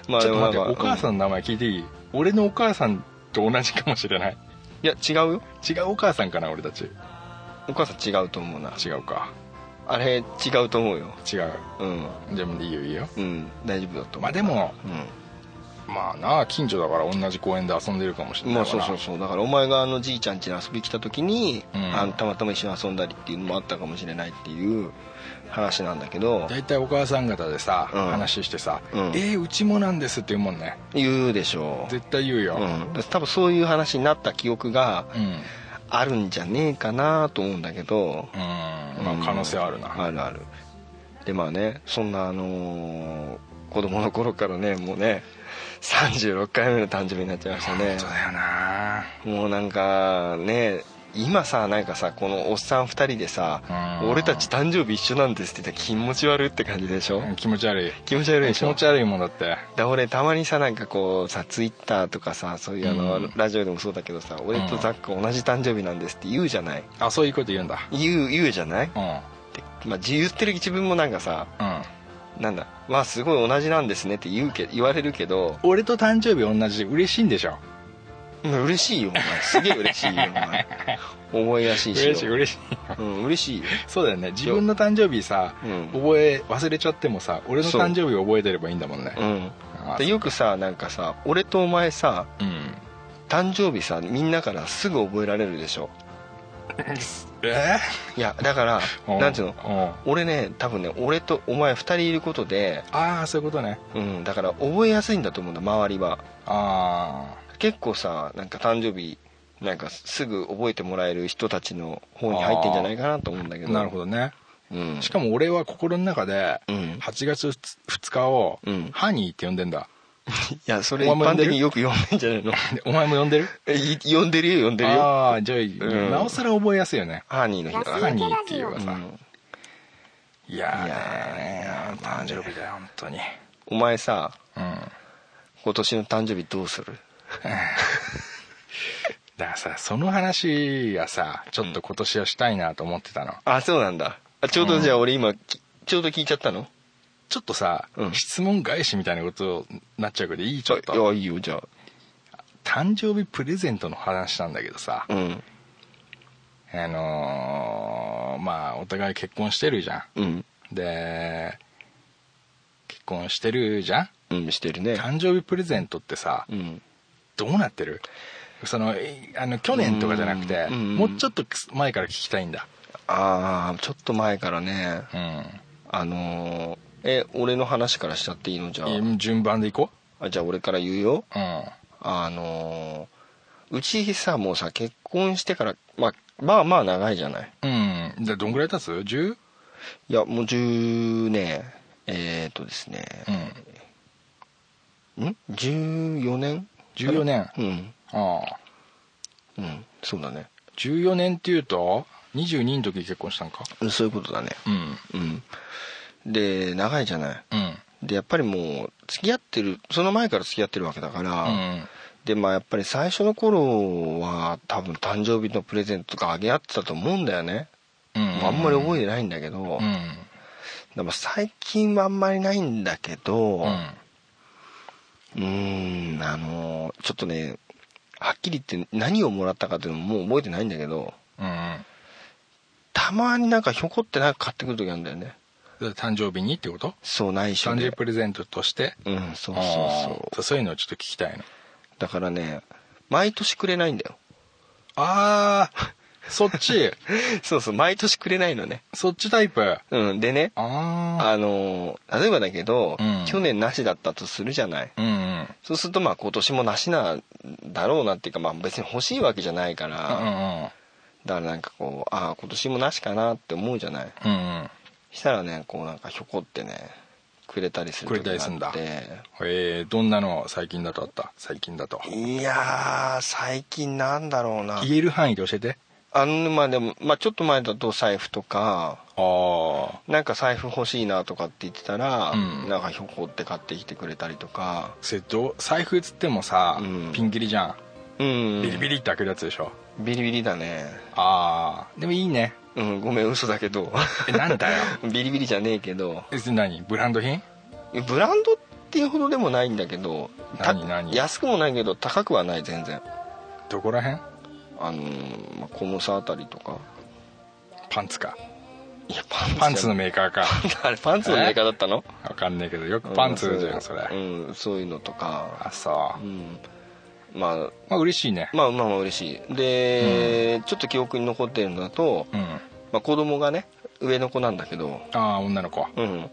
C: まあ
D: ちょっと待っ
C: で
D: て
C: もな
D: お
C: か
D: 母さんの名前聞いていい俺のお母さんと同じかもしれない
C: いや違うよ
D: 違うお母さんかな俺たち
C: お母さん違うと思うな
D: 違うか
C: あれ違うと思うよ
D: 違う
C: うん
D: でもいいよいいよ
C: うん大丈夫だと思う
D: まあでも
C: う
D: まあなあ近所だから同じ公園で遊んでるかもしれ
C: ん
D: な
C: ま
D: い
C: あ
D: か
C: そう
D: ら
C: そうそうだからお前があのじいちゃん家に遊びに来た時に、
D: うん
C: あのたまたま一緒に遊んだりっていうのもあったかもしれないっていう話なんだけど
D: 大体お母さん方でさ、
C: うん
D: 話してさ「
C: うん
D: えーうちもなんです」って言うもんね
C: 言うでしょう
D: 絶対言う
C: う
D: よ、
C: ん、だから多分そういう話になった記憶が
D: うんうん
C: あるんじゃねえかなと思うんだけど、
D: まあ可能性はあるな、
C: あるあるでまあねそんなあのー子供の頃からねもうね36回目の誕生日になっちゃいましたね
D: 本当だよな
C: もうなんかね今さなんかさこのおっさん2人でさ「
D: うん
C: 俺たち誕生日一緒なんです」って言ったら気持ち悪いって感じでしょ
D: 気持ち悪い
C: 気持ち悪いでし
D: 気
C: ょ
D: 持ち悪いもんだって
C: だ俺たまにさなんかこうさツイッターとかさそういうあの、
D: うん
C: ラジオでもそうだけどさ俺とザック同じ誕生日なんですって言うじゃない
D: あそういうこと言うんだ
C: 言う言うじゃないっ
D: うんうん
C: て、まあ、言ってる自分もなんかさなんだまあすごい同じなんですねって言うけ言われるけど
D: 俺と誕生日同じで嬉しいんでしょ
C: うん嬉しいよお前すげえ嬉しいよお 前思い出しいしよ
D: 嬉しい 嬉しい
C: うん、嬉しいよ
D: そうだよね自分の誕生日さ、
C: うん
D: 覚え忘れちゃってもさ俺の
C: そう
D: 誕生日を覚えてればいいんだもんね
C: うん
D: あ
C: でよくさなんかさ俺とお前さ
D: うん
C: 誕生日さみんなからすぐ覚えられるでしょ
D: え
C: いやだから
D: うん
C: なんていうの
D: ん
C: 俺ね多分ね俺とお前2人いることで、
D: ああそういうことね
C: うん、だから覚えやすいんだと思うんだ周りは
D: あ
C: 結構さなんか誕生日なんかすぐ覚えてもらえる人たちの方に入ってんじゃないかなと思うんだけ
D: あ
C: ど
D: なるほどね
C: ど、うん、
D: しかも俺は心の中で
C: うん
D: 8月2日を
C: うん
D: 「ハニー」って呼んでんだ
C: いやそれ
D: お
C: 一
D: 前も呼
C: 般
D: んで
C: 的
D: る
C: によく読んでんじゃないの
D: でお前も呼んでる
C: えい呼んでるよ呼んでるよ
D: ああじゃあ、
C: ん
D: なおさら覚えやすいよね
C: ハーニーの日だから
D: ハニーっていうか
C: う
D: さ、
C: ん
D: いやー
C: いや
D: ねー誕生日だよ本当に
C: お前さ
D: うん
C: 今年の誕生日どうする
D: だからさその話がさちょっと今年はしたいなと思ってたの、
C: あそうなんだあちょうどじゃあ俺今、きちょうど聞いちゃったの
D: ちょっとさ、
C: うん
D: 質問返しみたいなことになっちゃうけどいいちょっ
C: い
D: と
C: やいいよじゃ
D: 誕生日プレゼントの話なんだけどさ、
C: あうん
D: あのーまあお互い結婚してるじゃ
C: うん
D: んで結婚してるじゃん
C: うんしてるね
D: 誕生日プレゼントってさ
C: うん
D: どうなってるそのえあの去年とかじゃなくて
C: うんうん
D: もうちょっと前から聞きたいんだ
C: ああちょっと前からね
D: うん
C: あのーえ俺の話からしちゃっていいのじゃ
D: え順番でいこ
C: ああじゃあ俺から言うよ
D: ううん
C: あのーうちさもうさ結婚してから、まあ、まあまあ長いじゃない
D: うんでどんぐらい経つ 10?
C: いやもう10年えっ、とですね
D: うん
C: ん14年
D: 14年
C: うん
D: ああ
C: うんそうだね
D: 14年っていうと22の時に結婚したんか
C: うんそういうことだね
D: うん
C: うんで長いじゃない
D: うん
C: でやっぱりもう付き合ってるその前から付き合ってるわけだから、
D: うん
C: でまあやっぱり最初の頃は多分誕生日のプレゼントとかあげ合ってたと思うんだよね、
D: うん
C: あんまり覚えてないんだけど、
D: うん
C: でも最近はあんまりないんだけど
D: うん
C: うーんあのちょっとねはっきり言って何をもらったかっていうのももう覚えてないんだけど
D: うん
C: たまになんかひょこってなんか買ってくる時あるんだよね
D: で誕生日にってこと
C: そうないし
D: 誕生
C: で
D: 日プレゼントとして
C: うんそうそうそう
D: ああそういうのをちょっと聞きたいの
C: だからね毎年くれないんだよ
D: ああそっち
C: そうそう毎年くれないのね
D: そっちタイプあ
C: うんでね
D: あ
C: あの例えばだけど、
D: うん
C: 去年なしだったとするじゃない
D: うんうん
C: そうするとまあ今年もなしなんだろうなっていうかまあ別に欲しいわけじゃないか
D: う
C: ら、
D: んうん
C: だからなんかこうああ今年もなしかなって思うじゃない
D: うんうん
C: したらねこうなんかひょこってねくれたりする
D: くれたりすんだ
C: 時があって
D: えー、どんなの最近だとあった最近だと
C: いやー最近なんだろうな
D: 言える範囲で教えて
C: あのまあでも、まあ、ちょっと前だと財布とか
D: ああ
C: なんか財布欲しいなとかって言ってたら、
D: うん
C: なんかひょこって買ってきてくれたりとか
D: それどう財布っつってもさ、
C: うん
D: ピンキリじゃん
C: うん
D: ビリビリって開けるやつでしょ、
C: ビリビリだね
D: ああでもいいね
C: うんごめん嘘だけど
D: えなんだよ
C: ビリビリじゃねえけど
D: えそれ何ブランド品
C: ブランドっていうほどでもないんだけどた
D: 何何
C: 安くもないけど高くはない全然
D: どこら辺
C: あのーまあ、小茂さあたりとか
D: パンツか
C: いやパンツ
D: パンツのメーカーか
C: あれパンツのメーカーだったの
D: わかんねえけどよくパンツじゃんそれ、
C: うんそういうのとか
D: あそううん
C: ま
D: まあ嬉しいね
C: あまあまあまあ嬉しいで、ちょっと記憶に残ってるのだと、
D: うん
C: まあ、子供がね上の子なんだけど、
D: ああ女の子うん
C: うん、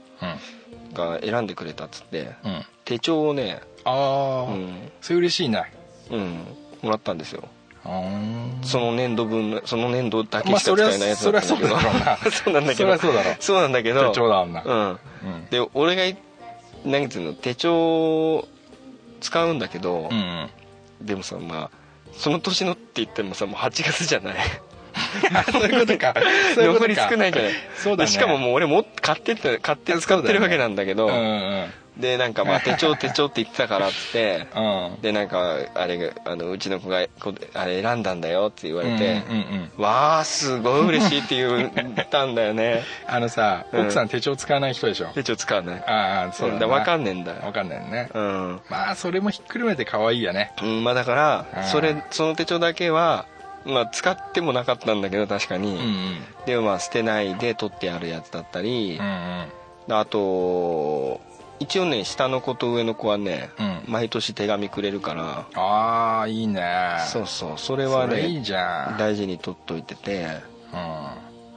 C: が選んでくれたっつって
D: うんあ
C: 手帳をね、
D: あ、
C: うん
D: それ嬉しいね
C: うん、もらったんですよ
D: うーん
C: その年度分のその年度だけ
D: まあ
C: しか
D: それ
C: 使
D: は
C: えないやつだったんだけど、
D: それはそうだろうな
C: そうなんだけど
D: それはそうだろう
C: そうなんだけど
D: 手帳だもんな
C: うん
D: うん
C: で俺がいなんていうの手帳を使うんだけど
D: う、ん
C: でもさまあその年のって言ってもさもう8月じゃない
D: そういうことかそういうこと
C: 残
D: か
C: り少ないじゃない
D: そうだね
C: でしかももう俺も買ってって買って使ってるわけなんだけど
D: うんうん
C: でなんかまあ手帳手帳って言ってたからっつって
D: うん
C: でなんかあれがあのうちの子がこあれ選んだんだよって言われて、
D: うんうんうん
C: わあすごい嬉しいって言ったんだよね
D: あのさ
C: うん
D: 奥さん手帳使わない人でしょ
C: 手帳使わない
D: ああそう
C: だ
D: だ
C: か
D: な
C: ら分かんねえんだ
D: わ
C: よ
D: かんないね
C: うん、
D: まあそれもひっくるめて可愛いよね
C: うん、まあだか
D: うん
C: らそれその手帳だけはまあ使ってもなかったんだけど確かに、
D: うんうん
C: でもまあ捨てないで取ってあるやつだったり
D: う、ん
C: あと一応ね下の子と上の子はね、
D: うん
C: 毎年手紙くれるから
D: ああいいね
C: そうそうそれ
D: そ
C: は
D: れいい
C: ね
D: じゃん
C: 大事に取っといてて
D: うん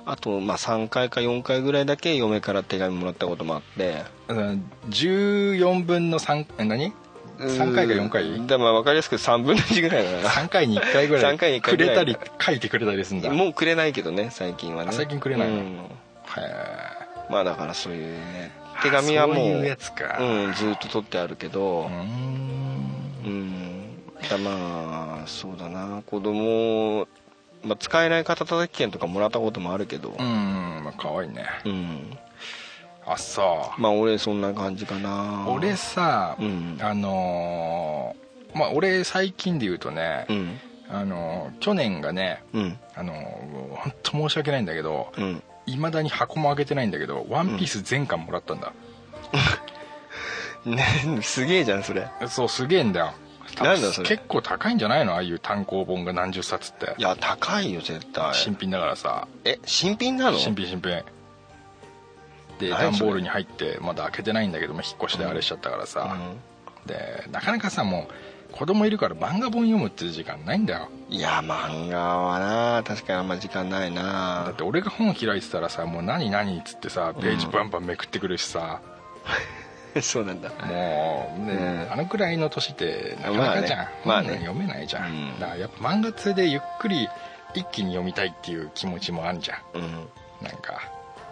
C: あとまあ3回か4回ぐらいだけ嫁から手紙もらったこともあって
D: うん14分の3え何3回か4回
C: うんだからまあ分かりやすく3分の1ぐらいだな
D: 3回に1回ぐらい
C: 3回に1回
D: く
C: ぐ
D: れ
C: ら
D: た
C: い
D: り書いてくれたりするんだ
C: もうくれないけどね最近はね
D: あ最近くれないの
C: うん
D: へえ
C: まあだからそういうね手紙はもう
D: そういうやつか
C: うん、ずっと取ってあるけど、
D: うーん
C: うんだまあそうだな子供、まあ、使えない肩たたき券とかもらったこともあるけど
D: うんまあ可愛いね
C: うん、
D: あそ
C: まあ俺そんな感じかな
D: う俺さ
C: うん
D: あのーまあ俺最近で言うとね
C: うん
D: あのー去年がね
C: うん
D: あのー本当申し訳ないんだけど
C: うん
D: いまだに箱も開けてないんだけど「ワンピース全巻もらったんだ、
C: ねすげえじゃんそれ
D: そうすげえんだよ
C: なんだそれ
D: 結構高いんじゃないのああいう単行本が何十冊って
C: いや高いよ絶対
D: 新品だからさ
C: え新品なの
D: 新品新品で
C: 何それ
D: 段ボールに入ってまだ開けてないんだけども引っ越しであれしちゃったからさ、でなかなかさもう子供いるから漫画本読むっていう時間ないんだよ
C: うんいや漫画はな確かにあんま時間ない
D: だ
C: な
D: って俺が本開いてたらさもう何何っつってさページバンバンめくってくるしさ、
C: そうなんだ
D: もう、ね
C: うん
D: あのくらいの年ってなかなかじゃ
C: ま
D: ん、
C: あねまあね
D: 本読めないじゃん、
C: うん
D: だからやっぱ漫画通でゆっくり一気に読みたいっていう気持ちもあるじゃ
C: う
D: ん
C: ん
D: なんか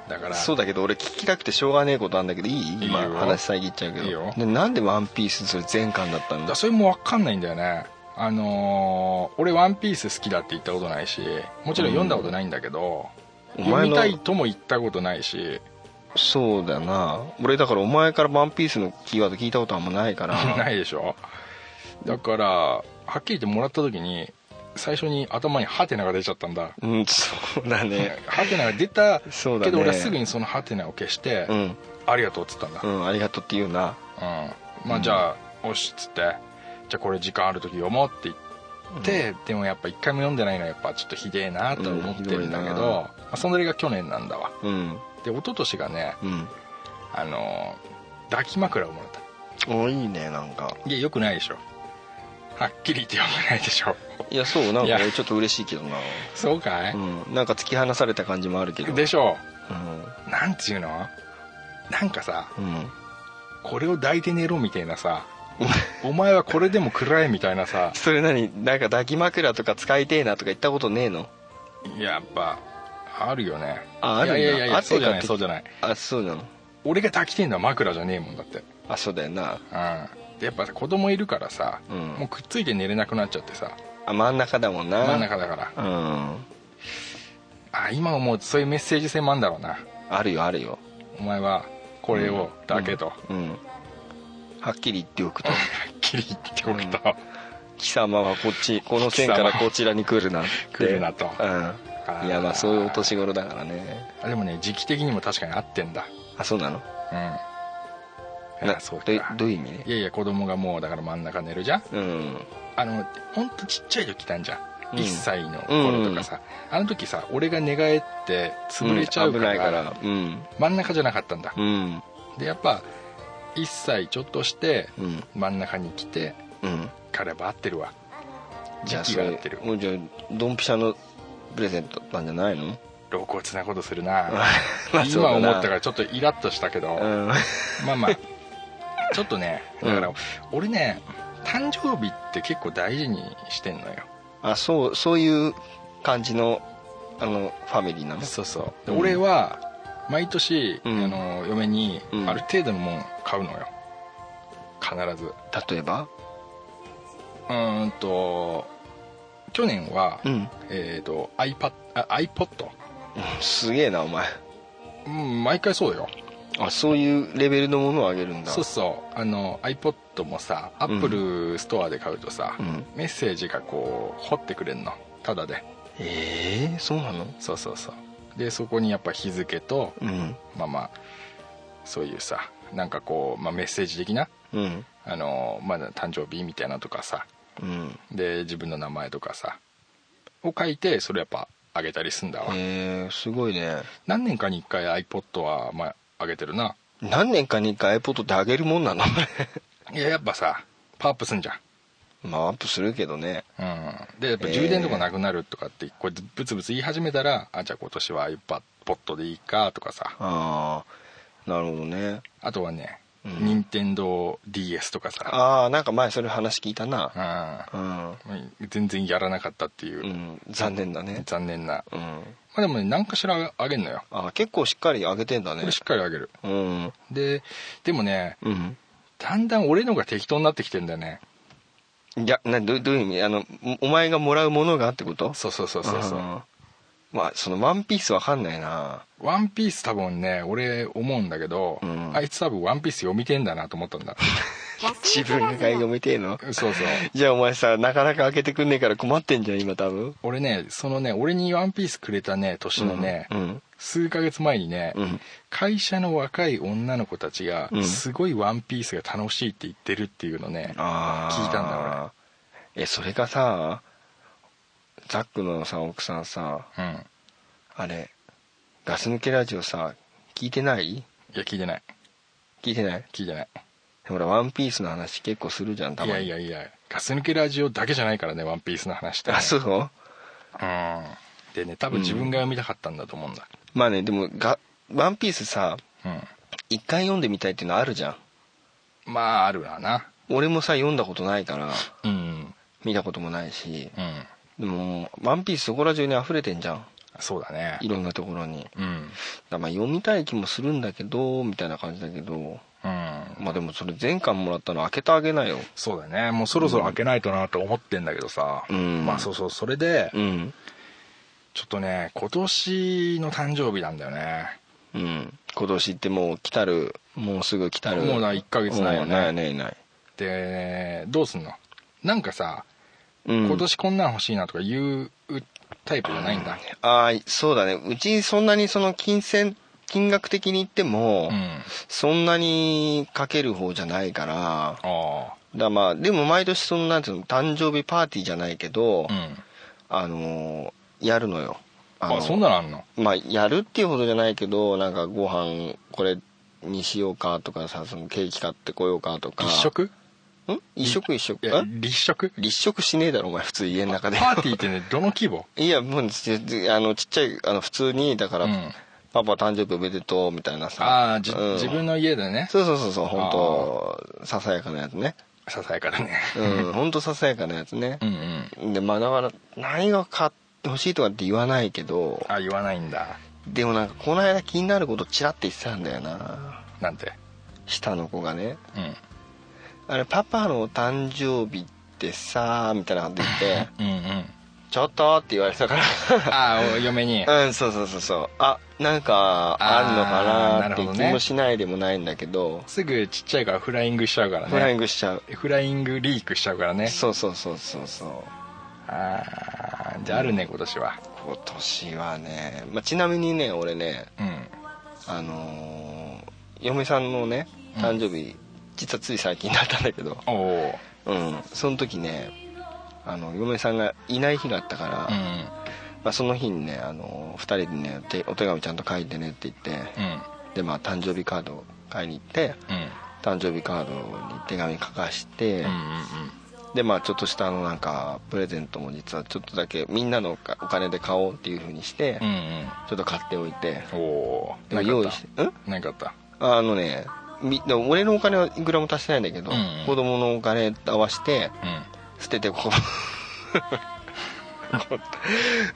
D: だから
C: そうだけど俺聞きたくてしょうがねえことあんだけどいい
D: いいよ
C: 今話遮っちゃうけど
D: いいよ
C: でなんで「ワンピースそれ全巻だったん
D: だ
C: だ
D: それも分かんないんだよねあのー俺「ワンピース好きだって言ったことないしもちろん読んだことないんだけど、
C: うんお
D: 読
C: 前
D: み
C: の
D: たいとも言ったことないし
C: そうだな俺だからお前から「ワンピースのキーワード聞いたことあんまないから
D: ないでしょだからはっきり言ってもらった時に最初に頭にハテナが出ちゃったんだ
C: うんそうだね
D: ハテナが出た
C: そうだね
D: けど俺はすぐにそのハテナを消して「
C: うん
D: ありがとう」っつったんだ、
C: う
D: うん
C: んありがとうって言うな
D: まあじゃあ「おし」っつって「じゃあこれ時間ある時読もう」って言って、でもやっぱ一回も読んでないのはやっぱちょっとひでえなとは思ってるんだけ
C: うんひどいな
D: ど、まあ、それが去年なんだわ
C: うん
D: で一昨年がね
C: うん
D: あのー抱き枕をもらった
C: おいいねなんか
D: いやよくないでしょはっきり言って読めないでしょ
C: いやそうなん
D: い
C: か
D: や
C: 俺ちょっと嬉しいけどな
D: そうかい、
C: うんなんか突き放された感じもあるけど
D: でしょ
C: うん
D: なんていうのなんかさ
C: うん
D: これを抱いて寝ろみたいなさお 前はこれでも暗いみたいなさ
C: それ何なんか抱き枕とか使いてえなとか言ったことねえの
D: やっぱあるよね
C: ああるんだ
D: いやいやい
C: あ
D: や
C: って
D: そうじゃ
C: 買っ
D: ない
C: て
D: そうじゃない
C: あそうなの
D: 俺が抱きてんのは枕じゃねえもんだって
C: あそうだよな
D: うんでやっぱさ子供いるからさ、
C: うん
D: もうくっついて寝れなくなっちゃってさ
C: あ真ん中だもんな
D: 真ん中だから
C: うん
D: あ今思うとそういうメッセージ性もあんだろうな
C: あるよあるよ
D: お前はこれをだけと、は
C: うんはっきり言ってお くと
D: っきり言っておくと、
C: 貴様はこっちこの線からこちらに来るなって
D: 来るなと
C: うんいやまあそういうお年頃だからね
D: あでもね時期的にも確かに合ってんだ
C: あそうなの
D: うんい
C: な
D: やそうか
C: ど
D: いう
C: どういう意味ね
D: やいや子供がもうだから真ん中寝るじゃん
C: うん
D: あのほんとちっちゃい時たんじゃん、
C: うん
D: 1歳の頃とかさ、あの時さ俺が寝返って潰れちゃうから,、
C: ん危ないからうん
D: 真ん中じゃなかったんだ
C: うん
D: でやっぱ1歳ちょっとして
C: うん
D: 真ん中に来て
C: うん
D: 彼は合ってるわ
C: じ
D: 時
C: ゃあ
D: 期
C: そ
D: が合っ
C: れ
D: てる
C: もうじゃあドンピシャのプレゼントなんじゃないの
D: 露骨なことするな
C: まあそう
D: 今
C: だな
D: 思ったからちょっとイラッとしたけど、
C: うん
D: まあまあちょっとねだか
C: う
D: ら
C: ん
D: 俺ね誕生日って結構大事にしてんのよ
C: あそうそういう感じのあのファミリーなの
D: そうそうで
C: うん
D: 俺は毎年、
C: うん
D: あの嫁に
C: うん
D: ある程度のもん買うのよ必ずう
C: 例えば
D: ーんと去年は、
C: うん
D: えっ、と iPad あ iPod、
C: すげえなお前
D: うん、毎回そうよ
C: あそういうレベルのものをあげるんだ
D: そうそうあの iPod もさ Apple ストアで買うとさ、
C: うん
D: メッセージがこう掘ってくれるのただで
C: ええそうなの
D: そうそうそうでそこにやっぱ日付と
C: うん
D: まあまあそういうさなんかこう、まあ、メッセージ的な
C: うん
D: あの、まあ、誕生日みたいなのとかさ
C: うん
D: で自分の名前とかさを書いてそれやっぱあげたりすんだわ、
C: ええすごいね
D: 何年かに1回 iPod はまああげてるな
C: 何年かに一回 iPod ってあげるもんなの
D: いややっぱさパワーアップすんじゃん
C: まあアップするけどね
D: うん、でやっぱ充電とかなくなるとかってこれブツブツ言い始めたらあじゃあ今年は iPod でいいかとかさ
C: ああなるほどね
D: あとはね、
C: うん
D: 任天堂 d s とかさ
C: ああなんか前それ話聞いたなうん、
D: うん、全然やらなかったっていうう、
C: ん、残念だね
D: 残念な、
C: う
D: ま
C: ん
D: あ、でもね何かしらあげんのよ
C: あ結構しっかり上げてんだ
D: こ
C: ね
D: れしっかりあげる
C: うん
D: ででもね
C: うん
D: だんだん俺のが適当になってきてんだよね
C: いやなどどういう意味あのおお前がもらうものがってこと
D: そうそうそうそうそう
C: あーまあその「ワンピースわかんないな
D: ワンピース多分ね俺思うんだけど、
C: うん
D: あいつ多分ワンピース読みてんだなと 思ったんだ
C: 自分が買い読みてえの
D: そうそう
C: じゃあお前さなかなか開けてくんねえから困ってんじゃん今多分
D: 俺ねそのね俺にワンピースくれたね年のね、
C: うん
D: 数ヶ月前にね、
C: うん
D: 会社の若い女の子たちが、
C: うん
D: すごいワンピースが楽しいって言ってるっていうのね
C: あー
D: 聞いたんだ
C: えそれがさザックのさ奥さんさ
D: 俺うん
C: あれガス抜けラジオさ聞いてない
D: いや聞いてない
C: 聞いてない
D: 聞いてない
C: ほら「ワンピースの話結構するじゃんた
D: い
C: ま
D: や
C: に
D: いやいやガス抜けラジオだけじゃないからねワンピースの話ってね、
C: あそう
D: うんでね多分自分が読みたかったんだと思うんだ
C: まあねでもが「ワンピースさ
D: うん、
C: 一回読んでみたいっていうのあるじゃん
D: まああるわな
C: 俺もさ読んだことないから
D: うん
C: 見たこともないし
D: う
C: で
D: ん
C: も「ワンピースそこら中に溢れてんじゃん
D: そうだね
C: いろんなところにだか
D: うん
C: らまあ読みたい気もするんだけどみたいな感じだけど
D: うん
C: まあでもそれ前巻もらったの開けてあげなよ
D: そうだねもうそろそろ開けないとなと思ってんだけどさ、
C: うん
D: まあそうそうそれで
C: うん
D: ちょっとね今年の誕生日なんだよね
C: うん今年ってもう来たるもうすぐ来たる
D: もうな一ヶ月ないよね
C: うんないないない
D: でどうすんのなんかさ
C: うん
D: 今年こんなん欲しいなとか言うタイプじゃないんだ
C: ああそうだねうちそんなにその金銭金額的に言っても、
D: うん、
C: そんなにかける方じゃないから
D: あ
C: だまあでも毎年そのなんていうの誕生日パーティーじゃないけど、
D: あうん
C: あのーやるのよ
D: あ
C: の
D: そんなのあんの
C: まあやるっていうほどじゃないけどなんかご飯これにしようかとかさそのケーキ買ってこようかとか
D: 立食
C: ん一食一食
D: いや
C: え
D: 立食
C: 立食しねえだろお前普通家の中
D: パ
C: で
D: ーティー ってねどの規模
C: いやもうちちあのちっちゃいあの普通にだから、
D: うん
C: パパ誕生日おめでとうみたいなさ
D: ああ、じ
C: うん
D: 自分の家でね
C: そうそうそうそう本当ささやかなやつね
D: ささやかだね
C: うん本当ささやかなやつね
D: うんうん
C: でまあだから何が買ってほしいとかって言わないけど
D: あ言わないんだ
C: でもなんかこの間気になることチラって言ってたんだよな
D: なんて
C: 下の子がね
D: うん
C: 「あれパパのお誕生日ってさ」みたいなこと言 って
D: うん うん
C: 「ちょっと」って言われたか
D: ああお嫁に
C: らうんそうそうそうそうあなんかあるの
D: あー
C: か
D: な
C: なっ
D: る
C: てい
D: ほ
C: う
D: ど
C: 気
D: ね
C: もしないでもないんだけど
D: すぐちっちゃいからフライングしちゃうからね
C: フライングしちゃう
D: フライングリークしちゃうからね
C: そうそうそうそうそう
D: ああじゃああるね今年は
C: 今年はね、まあ、ちなみにね俺ね
D: うん
C: あのー嫁さんのね誕生日、実はつい最近だったんだけど
D: おおー
C: うんその時ねあの嫁さんがいない日があったから、
D: うん
C: まあ、その日にね、あの2人でね手お手紙ちゃんと書いてねって言って、
D: うん
C: でまあ誕生日カードを買いに行って
D: うん
C: 誕生日カードに手紙書かして、
D: うんうん
C: でまあちょっとしたあのなんかプレゼントも実はちょっとだけみんなのおかお金で買おうっていうふうにして、
D: うんうん
C: ちょっと買っておいて
D: うんおお
C: でも用意してん
D: なんかあった
C: あのねみでも俺のお金はいくらも足してないんだけど、
D: うんうん
C: 子供のお金と合わせて
D: うん
C: 捨ててこ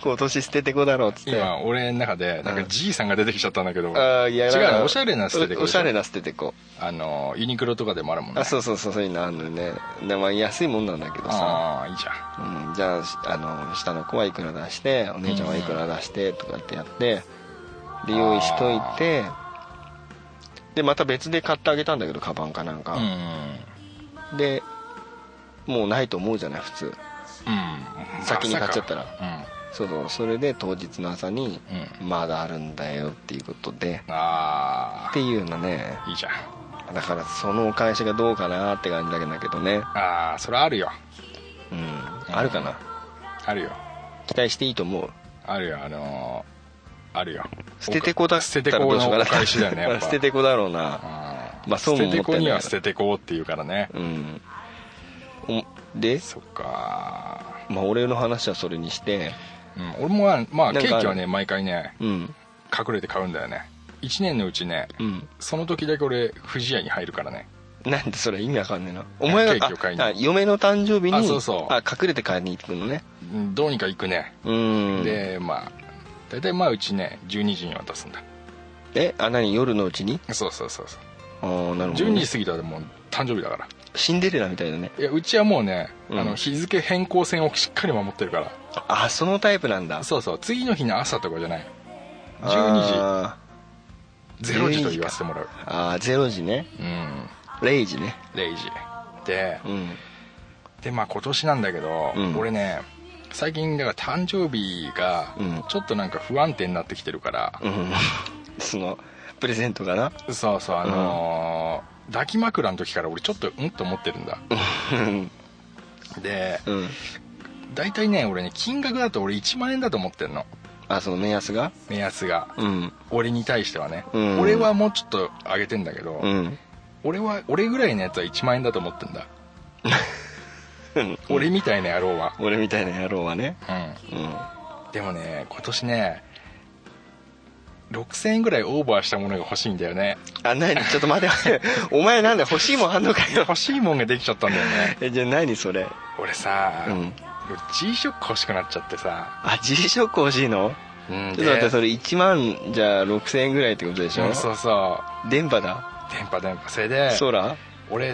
C: 今年捨て てこだろうっつって
D: 今俺の中でなんかじいさんが出てきちゃったんだけど、
C: あーいや
D: 違うの
C: なんか
D: おしゃれな捨ててこ
C: お
D: でしょ
C: おしゃれな捨ててこ
D: あのユニクロとかでもあるもんね
C: あそうそうそうそういうのあるのねでまあ安いもんなんだけどさ、
D: ああいいじゃん
C: うん、じゃあしあの下の子はいくら出してお姉ちゃんはいくら出してとかってやってで用意しといてでまた別で買ってあげたんだけどカバンかなんか、
D: うん
C: でもうないと思うじゃない普通
D: うん
C: 先に買っちゃったら
D: まさか
C: そうそうそれで当日の朝に
D: うん、うん、
C: まだあるんだよっていうことで
D: あ
C: っていうのね
D: あいいじゃん
C: だからそのお返しがどうかなって感じだけどね
D: ああそれあるよ
C: うんあるかな
D: あるよ
C: 期待していいと思う
D: あるよあのーあるよ
C: 捨ててこだっ
D: 捨
C: た
D: てて
C: ら
D: こ
C: どうしようか
D: の
C: な
D: お返しだよねや っぱ
C: 捨ててこだろうな
D: あ
C: まあそうも
D: 捨
C: 思っててん
D: て
C: だけ
D: こ
C: ど
D: には捨ててこっていうからね
C: うんおで、
D: そっか
C: まあ、俺の話はそれにして
D: うん俺もまあ、まあ、
C: なん
D: ケ
C: かある
D: ーキはね毎回ね
C: うん
D: 隠れて買うんだよね1年のうちね
C: うん
D: その時だけ俺不二家に入るからね
C: なんでそれ意味わかんねえなお前
D: ケー
C: が
D: キを買いに
C: ああ嫁の誕生日に
D: あそうそう
C: あ隠れて買いに行くのね
D: うんどうにか行くね、
C: うん
D: でまあ大体まあうちね12時に渡すんだ
C: えあ何夜のうちに
D: そうそうそうそう
C: ああなるほど、
D: 12
C: ね
D: 時、過ぎたらもう誕生日だから
C: シンデレラみたいだね
D: いやうちはもうね、
C: うん
D: あの日付変更線をしっかり守ってるから
C: あそのタイプなんだ
D: そうそう次の日の朝とかじゃない12
C: あ
D: 時0時と言わせてもらう
C: ーあー0時ね
D: うん
C: 0時ね
D: 0時で
C: うん
D: でまあ今年なんだけど、
C: うん
D: 俺ね最近だから誕生日が
C: うん
D: ちょっとなんか不安定になってきてるから、
C: うん そのプレゼントかな
D: そうそうあのー抱き枕の時から俺ちょっとうんと思ってるんだ
C: うん
D: で
C: うん
D: 大体ね俺ね金額だと俺1万円だと思ってるの
C: あその目安が
D: 目安が
C: うん
D: 俺に対してはね、
C: うん
D: 俺はもうちょっと上げてんだけど、
C: うん
D: 俺は俺ぐらいのやつは1万円だと思ってんだ俺みたいな野郎は
C: 俺みたいな野郎はねうん
D: うんでもね今年ね6000円ぐらいオーバーしたものが欲しいんだ よね
C: あ何ちょっと待て待て お前なんだ欲しいもんあんのかよ
D: 欲しいもんができちゃったんだよね
C: えじゃあ何それ
D: 俺さ、
C: うん
D: G ショック欲しくなっちゃってさ、
C: あ G ショック欲しいの
D: うん、
C: ちょっと待って
D: で
C: それ1万じゃあ6000円ぐらいってことでしょ
D: うんそうそう
C: 電波だ
D: 電波電波それで
C: 空
D: 俺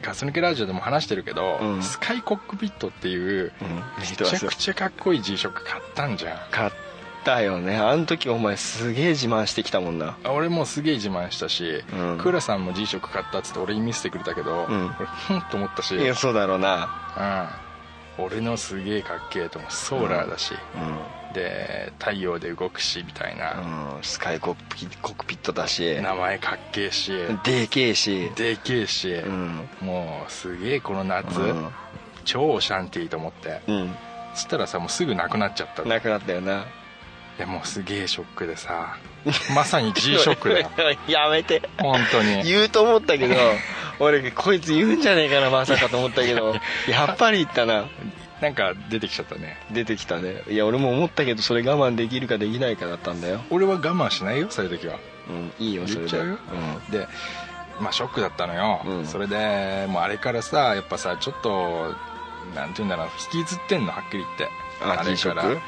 D: ガス抜けラジオでも話してるけど、
C: うん
D: スカイコックピットっていう
C: うん
D: め
C: 知っ
D: ち
C: てます
D: ゃくちゃかっこいい G ショック買ったんじゃん
C: 買ったよねあの時お前すげえ自慢してきたもんな
D: あ俺もすげえ自慢したし、
C: うん
D: クーラさんも G ショック買ったっつって俺に見せてくれたけど、
C: うん
D: 俺ふんと思ったし、
C: いやそうだろうな
D: うん俺のすげえかっけえと思うソーラーだし、
C: う
D: で太陽で動くしみたいな、
C: ん、うん、スカイコックピコックピットだし
D: 名前かっけえし、
C: でけえし
D: でけえし、
C: うん
D: もうすげえこの夏、
C: うん
D: 超オシャンティーと思って
C: うん
D: そしたらさもうすぐなくなっちゃったのい
C: なくなったよな
D: やもうすげえショックでさまさに G ショックだ よ
C: やめて
D: 本当に
C: 言うと思ったけど俺こいつ言うんじゃねえかなまさかと思ったけ どやっぱり言ったな
D: なんか出てきちゃったね
C: 出てきたねいや俺も思ったけどそれ我慢できるかできないかだったんだよ
D: 俺は我慢しないよそういう時は
C: うんいいよそ
D: 言
C: れ
D: っ
C: で
D: ちゃうよでまあショックだったのよ、
C: うん
D: それでもうあれからさやっぱさちょっとなんて言うんだろう引きずってんのはっきり言って
C: あ
D: れ
C: G ショ
D: か
C: ッ
D: ら
C: ク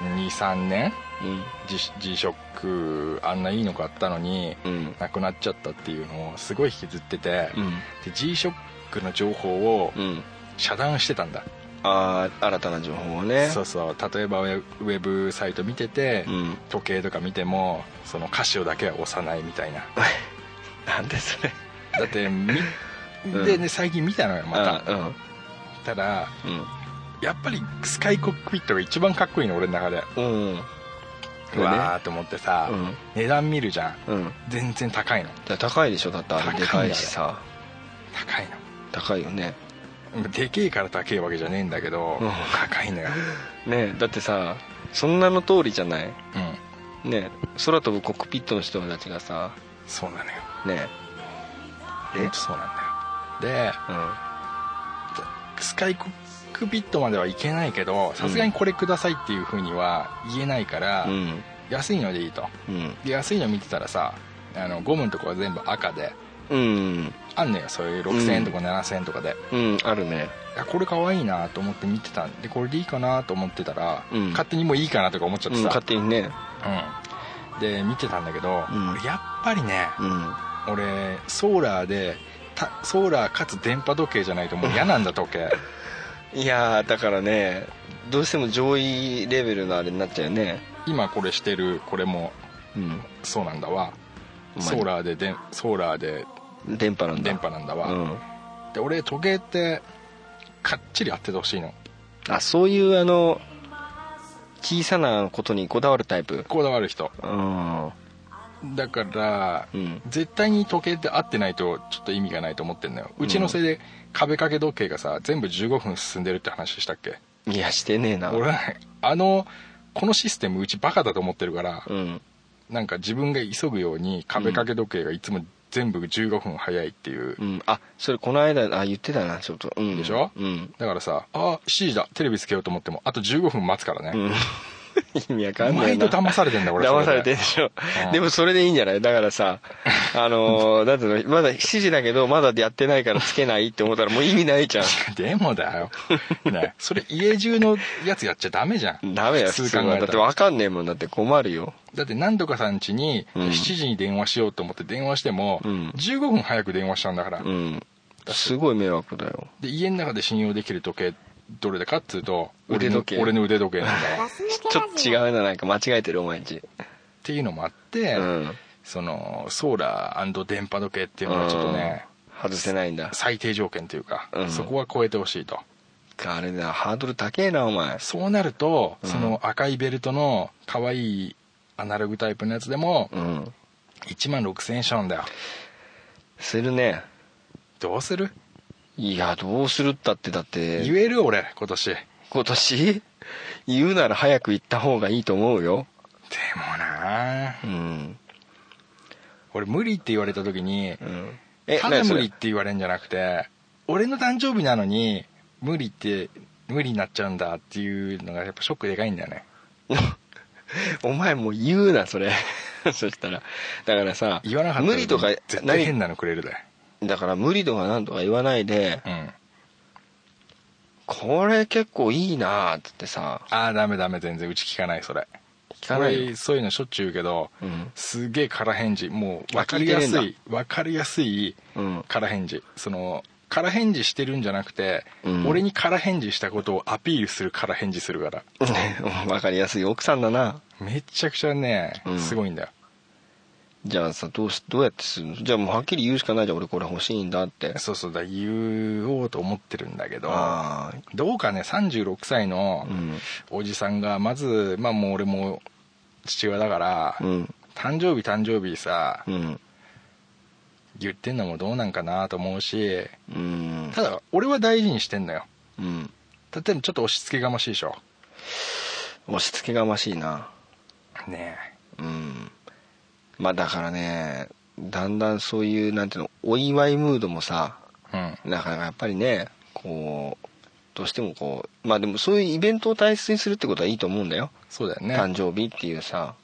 D: 23年
C: うん、
D: G, G ショックあんないいの買ったのに、
C: うん
D: なくなっちゃったっていうのをすごい引きずってて、
C: うん
D: で G ショックの情報を
C: うん
D: 遮断してたんだ、
C: ああ新たな情報をね
D: そうそう例えばウェウェブサイト見てて、
C: うん
D: 時計とか見てもそのカシオだけは押さないみ たいな
C: なんでそれ
D: だってみ
C: うん
D: でね最近見たのよまた、
C: うんうん
D: たらやっぱりスカイコックピットが一番かっこいいの俺の中で
C: うんうん
D: う
C: ね
D: わーと思ってさ、
C: うん
D: 値段見るじゃん
C: うん
D: 全然高いの
C: だから高いでしょだってあれでかいしさ
D: 高い
C: 高いよね
D: のでけえから高えわけじゃねえんだけど、
C: うん
D: 高いのよ、
C: ねだってさそんなの通りじゃない
D: うん、
C: ね空飛ぶコックピットの人たちがさ
D: そうなのよ
C: ね
D: ほんとそうなんだよで
C: う
D: スカイコックピットまではいけないけどさすがにこれくださいっていうふうには言えないから、
C: んうん
D: 安いのでいいと
C: うん
D: で安いの見てたらさあのゴムのとこは全部赤で
C: うん
D: あんねよそういう6000円とか7000円とかで、
C: うんあるね
D: いやこれ可愛いなと思って見てたんでこれでいいかなと思ってたら、
C: うん
D: 勝手にもういいかなとか思っちゃっ
C: う
D: て
C: ん
D: さ、
C: 勝手にね
D: うんで見てたんだけど、
C: うん
D: 俺やっぱりね
C: うん
D: 俺ソーラーでたソーラーかつ電波時計じゃないともう嫌なんだ 時計
C: いやーだからねどうしても上位レベルのあれになっちゃうよね
D: 今これしてるこれも
C: うん
D: そうなんだわ
C: お前
D: ソーラーででソーラーで
C: 電波なんだ
D: 電波なんだわ、
C: うん
D: で俺時計ってかっちり合っててほしいの
C: あそういうあの小さなことにこだわるタイプ
D: こだわる人
C: うん
D: だから、
C: うん
D: 絶対に時計って合ってないとちょっと意味がないと思ってんのようちのせいで壁掛け時計がさ全部15分進んでるって話したっけ
C: いやしてねえな
D: 俺はねあのこのシステムうちバカだと思ってるから、
C: うん
D: なんか自分が急ぐように壁掛け時計がいつも全部15分早いっていう、
C: うんあそれこの間あ言ってたなちょっとうん
D: でしょ
C: うん
D: だからさあ7時だテレビつけようと思ってもあと15分待つからね、
C: うん 意味わかんない
D: 毎
C: な
D: 度騙されてんだ俺
C: 騙
D: そ
C: され
D: で
C: てるでしょ
D: うん
C: でもそれでいいんじゃないだから さあのーなんていうのまだ7時だけどまだやってないからつけないって思ったらもう意味ないじゃん
D: でもだよ、ね、それ家中のやつやっちゃダメじゃん
C: ダメだよ
D: 普
C: 普
D: 通考
C: 通は
D: えたら
C: だってわかんねえもんだって困るよ
D: だって何とかさん家に
C: うん
D: 7時に電話しようと思って電話しても
C: うん
D: 15分早く電話したんだから、
C: うんすごい迷惑だよ
D: で家の中で信用できる時計どれだかっつうと
C: 腕時計
D: 俺の俺の腕時計 なんだわっ
C: ちょっと違うななんか間違えてるお前んち
D: ていうのもあって、
C: うん
D: そのソーラー電波時計っていうのはちょっとね
C: 外せないんだ
D: 最低条件というか、
C: うん
D: そこは超えてほしいと
C: あれだハードル高えなお前
D: そうなると、
C: うん
D: その赤いベルトの可愛いアナログタイプのやつでも
C: うん
D: 1万6000円しちゃうんだよ
C: するね
D: どうする、
C: いやどうするったってだって
D: 言える俺今年で
C: 今年言うなら早く行った方がいいと思うよ
D: もなあ
C: うん
D: 俺無理って言われた時に、
C: うんえ
D: ただ
C: 何そ
D: 無
C: れ
D: 理って言われるんじゃなくて俺の誕生日なのに無理って無理になっちゃうんだっていうのがやっぱショックでかいんだよね
C: お前もう言うなそれ そしたらだからさ
D: 言わなかったら
C: 無理とか
D: 絶対変
C: 何
D: なのくれるだよ
C: だから無理とか何とか言わないで
D: うんあ
C: これ結構いいなーっつってさ
D: あーダメダメ全然うち聞かないそれ
C: 聞かないよ
D: 俺そういうのしょっちゅう言うけど、
C: うん
D: すげえ空返事もう
C: あ
D: 分かりやす
C: 聞い
D: い分かりやすい
C: うん
D: 空返事その空返事してるんじゃなくて、
C: うん
D: 俺に空返事したことをアピールする空返事するから
C: 分かりやすい奥さんだな
D: めちゃくちゃね
C: うん
D: すごいんだよ、
C: じゃあさどうしどうやってするのじゃあもうはっきり言うしかないじゃん俺これ欲しいんだって
D: そうそうだ言おうと思ってるんだけど
C: ああ
D: どうかね36歳の
C: うん
D: おじさんがまずまあもう俺も父親だから、
C: うん
D: 誕生日誕生日さ
C: うん
D: 言ってんのもどうなんかなと思うし
C: うん
D: ただ俺は大事にしてんのよ
C: うん
D: 例えばちょっと押し付けがましいでしょ
C: 押し付けがましいな
D: ね
C: うんまあだからねだんだんそういうなんていうのお祝いムードもさ
D: えうん
C: なかなかやっぱりねこうどうしてもこうまあでもそういうイベントを大切にするってことはいいと思うんだよ、
D: そうだよね
C: 誕生日っていうさだか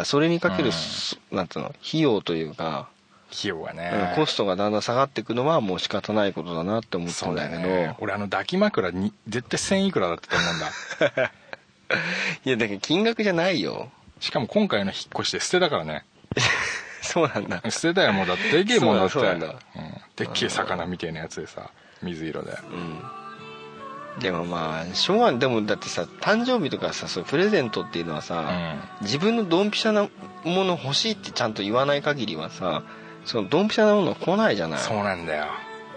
C: らそれにかける、
D: うん
C: そなんていうの費用というか、
D: 費用がね、
C: うんコストがだんだん下がっていくのはもう仕方ないことだなって思った
D: そうんだ
C: だ
D: よ
C: けど、
D: ね俺あの抱き枕に絶対1000いくらだったと思うんだ
C: いやだけど金額じゃないよ
D: しかも今回の引っ越しで捨てたからね
C: そうなんだ
D: 捨てたよもうだってでけえもんだって
C: そうなんだそう
D: うんでっけえ魚みたいなやつでさ水色で
C: でもまあしょうがないでもだってさ誕生日とかさそういうプレゼントっていうのは
D: う
C: さ、
D: ん
C: 自分のドンピシャなもの欲しいってちゃんと言わない限りはさそのドンピシャなもの来ないじゃない
D: そうなんだよ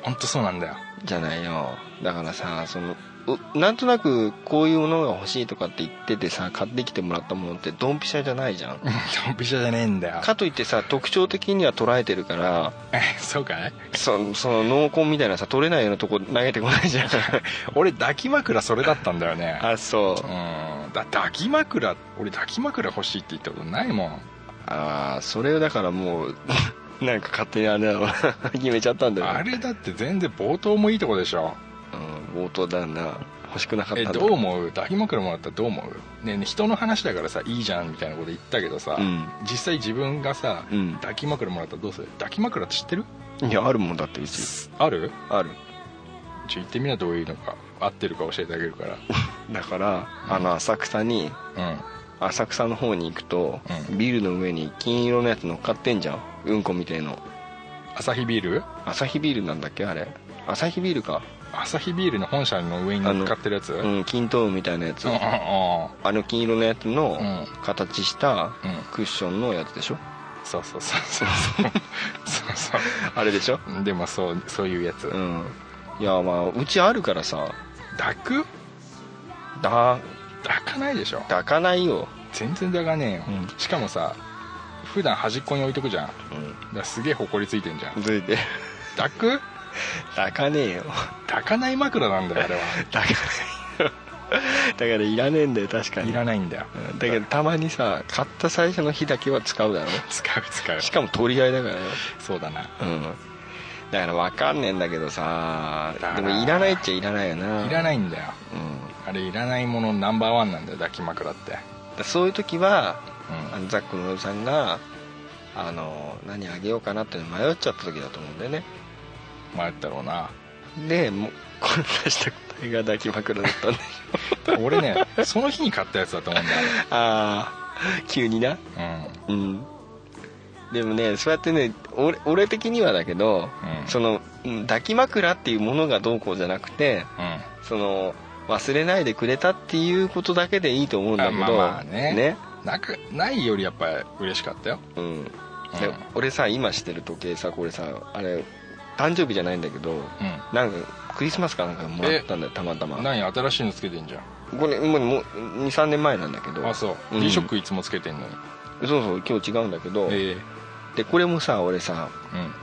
D: 本当そうなんだよ
C: じゃないよだからさそのうなんとなくこういうものが欲しいとかって言っててさ買ってきてもらったものってドンピシャじゃないじゃん
D: ド ンピシャじゃねえんだよ
C: かといってさ特徴的には捉えてるから
D: えそうかい
C: そその濃厚みたいなさ取れないようなとこ投げてこないじ ゃん
D: 俺抱き枕それだったんだよね
C: あそう
D: うんだ抱き枕俺抱き枕欲しいって言ったことないもん
C: ああそれをだからもう なんか勝手にあれだわ 決めちゃったんだよ
D: あれだって全然冒頭もいいとこでしょ
C: うん、冒頭だな欲しくなかった
D: え
C: んだ
D: どう思う抱き枕もらったらどう思うねえねえ人の話だからさいいじゃんみたいなこと言ったけどさ、
C: うん
D: 実際自分がさ、
C: うん
D: 抱き枕もらったらどうする抱き枕って知ってる
C: いやあるもんだってうち
D: ある
C: ある
D: ちょ言ってみなどういうのか合ってるか教えてあげるから
C: だからあの浅草に
D: うん
C: 浅草の方に行くと、
D: うん
C: ビルの上に金色のやつ乗っかってんじゃんうんこみたいの
D: 朝日ビール
C: アサヒビールなんだっけあれアサヒビールか、
D: 朝日ビールの本社の上に乗っかってるやつうん
C: う
D: うん
C: ん、金糖みたいなやつ、
D: うん
C: あの金色のやつの
D: うん
C: 形した
D: うん
C: クッションのやつでしょ
D: そうそうそうそうそうそう
C: あれでしょ
D: そうでもそうそういうやつ、
C: うんいやまあうちあるからさ
D: 抱く
C: だ
D: 抱かないでしょ
C: 抱かないよ、
D: 全然抱かねえよ、
C: うん
D: しかもさ普段端っこに置いとくじゃんだからすげえほこりついてんじゃん
C: 続い て
D: 抱く
C: 抱かねえよ
D: 抱かない枕なんだよあれは
C: 抱かないよだからいらねえんだよ確かに
D: いらないんだよ
C: うんだけどたまにさ買った最初の日だけは使うだろ
D: 使う使う
C: しかも取り合いだからよ
D: そうだな
C: うんだから分かんねえんだけどさ
D: だな
C: でもいらないっちゃいらないよない
D: ら
C: い、
D: ないんだよ
C: うん
D: あれいらないものナンバーワンなんだよ抱き枕って、
C: だ、そういう時は
D: うん
C: あのザックのおじさんがあの何あげようかなって迷っちゃった時だと思うんだよね
D: 迷ったろうな
C: でもうこれ出した答えが抱き枕だったんだ よ
D: 俺 ねその日に買ったやつだと思うんだよ
C: ああ急にな
D: あ
C: うんでもねそうやってね俺俺的にはだけど、
D: うん
C: そのうん抱き枕っていうものがどうこうじゃなくて
D: れうん、うん
C: その忘れないでくれたっていうことだけでいいと思うんだけど
D: あまあまあねなくないよりやっぱ嬉しかったよ
C: うんで
D: うん
C: 俺さ今してる時計さこれさあれ誕生日じゃないんだけど、
D: う
C: なんかクリスマスかなんかもらったんだよたまたま
D: ん何新しいのつけてんじゃん
C: これもうもう23年前なんだけど
D: あそうう D ショックいつもつけてんのに
C: そうそう今日違うんだけど、
D: ええ
C: でこれもさ俺さ
D: うん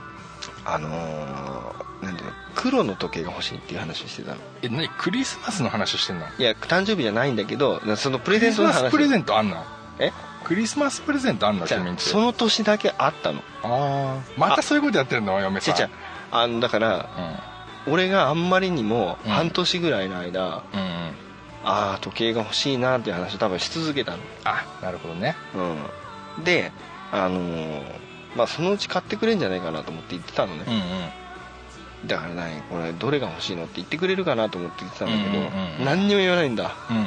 C: あのーなんていうの黒の時計が欲しいっていう話をしてたの
D: え何クリスマスの話してんの
C: いや誕生日じゃないんだけどそのプレ
D: ク
C: ゼ
D: リ
C: ン
D: ス
C: トの
D: マス
C: 話
D: プレゼントあんの
C: え
D: クリスマスプレゼントあんの
C: じゃあ
D: 君んち
C: その年だけあったの
D: ああまたそういうことやってんのお嫁
C: ち
D: さ
C: ゃ
D: ん
C: ちゃあのだから俺があんまりにも
D: うん
C: 半年ぐらいの間、あ
D: うんうんうん
C: あー時計が欲しいなっていう話を多分し続けたの
D: あなるほどね
C: うんであのーまあそのうち買ってくれんじゃないかなと思って言ってたのね、
D: うんうん
C: だからねこれどれが欲しいのって言ってくれるかなと思って言ってたんだけど、
D: うんうんうん
C: 何にも言わないんだ
D: うんうん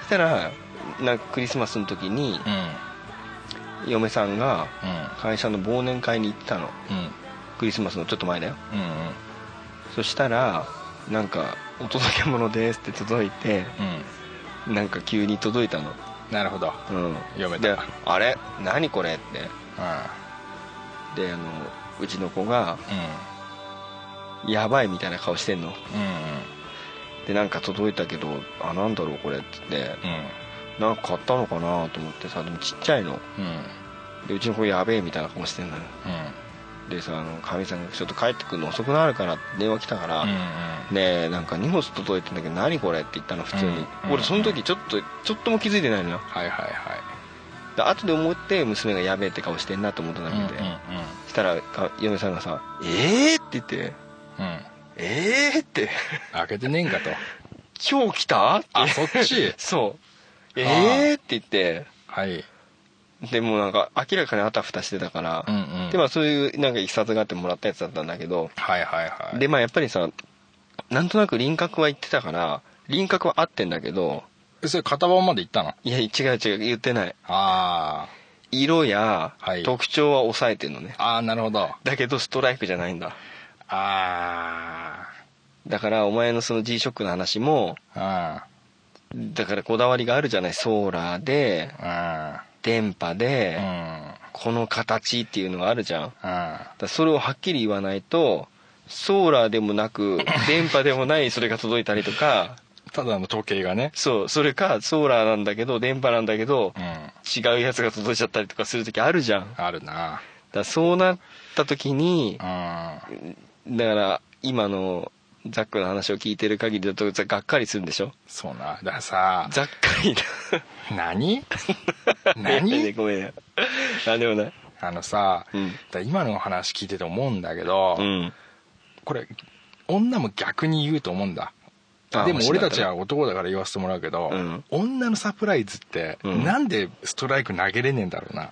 C: そしたらなんかクリスマスの時に
D: うん
C: 嫁さんが
D: うん
C: 会社の忘年会に行ってたの
D: うん
C: クリスマスのちょっと前だよ
D: うんうん
C: そしたらなんか「お届け物です」って届いて
D: うん
C: なんか急に届いたの
D: なるほど
C: うん
D: 読め
C: で
D: た
C: 「あれ何これ?」って
D: う
C: であのうちの子が「
D: ん
C: やばい」みたいな顔してんの
D: うんうん
C: でなんか届いたけど「あなんだろうこれ」って言って
D: うん
C: なんか買ったのかなと思ってさでもちっちゃいの
D: うん
C: でうちの子やべえみたいな顔してんのよでさあのかみさんが「ちょっと帰ってくるの遅くなるから」って電話来たから「
D: うんうん
C: ねえなんか荷物届いてんだけど何これ?」って言ったの普通に、
D: うん
C: 俺その時ちょっとちょっとも気づいてないのよ
D: はいはいはい
C: で後で思って娘がやべえって顔してんなと思っただけで、
D: うん
C: そしたらか嫁さんがさ「ええー!」って言って
D: うんうん
C: 「ええー!」って
D: 開けてねえんかと
C: 「今日来た?」って
D: あそっち
C: そう「
D: あー
C: ええー!」って言って
D: はい
C: でもうなんか明らかにあたふたしてたから、
D: うんうん
C: でまあそういうなんかいきさつがあってもらったやつだったんだけど、
D: はいはいはい
C: でまあやっぱりさなんとなく輪郭は言ってたから輪郭は合ってんだけど
D: えそれ片番まで行ったの
C: いや違う違う言ってない
D: あ
C: 色や
D: はい
C: 特徴は抑えてんのね、
D: あああなるほど
C: だけどストライクじゃないんだ
D: あ
C: だからお前のその G ショックの話も
D: あ
C: だからこだわりがあるじゃないソーラーで
D: う
C: 電波で
D: んう、ん
C: この形っていうのがあるじゃんだか
D: うん
C: らそれをはっきり言わないとソーラーでもな く電波でもないそれが届いたりとか
D: ただの時計がね
C: そうそれかソーラーなんだけど電波なんだけど
D: うん
C: 違うやつが届いちゃったりとかする時あるじゃんだか
D: あるな
C: らそうなった時に
D: うん
C: だから今のザックの話を聞いてる限りだとがっかりするんでしょ
D: そうなだからさ
C: ざっかりだ
D: 何
C: ごめんね
D: 何
C: ごめんね何でもない
D: あのさ、
C: うん
D: だから今のお話聞いてて思うんだけど、
C: うん
D: これ女も逆に言うと思うんだ
C: あ
D: でも
C: 欲しい
D: 俺
C: な
D: たちは男だから言わせてもらうけど、
C: うん
D: 女のサプライズって
C: うん
D: なんでストライク投げれねえんだろうな、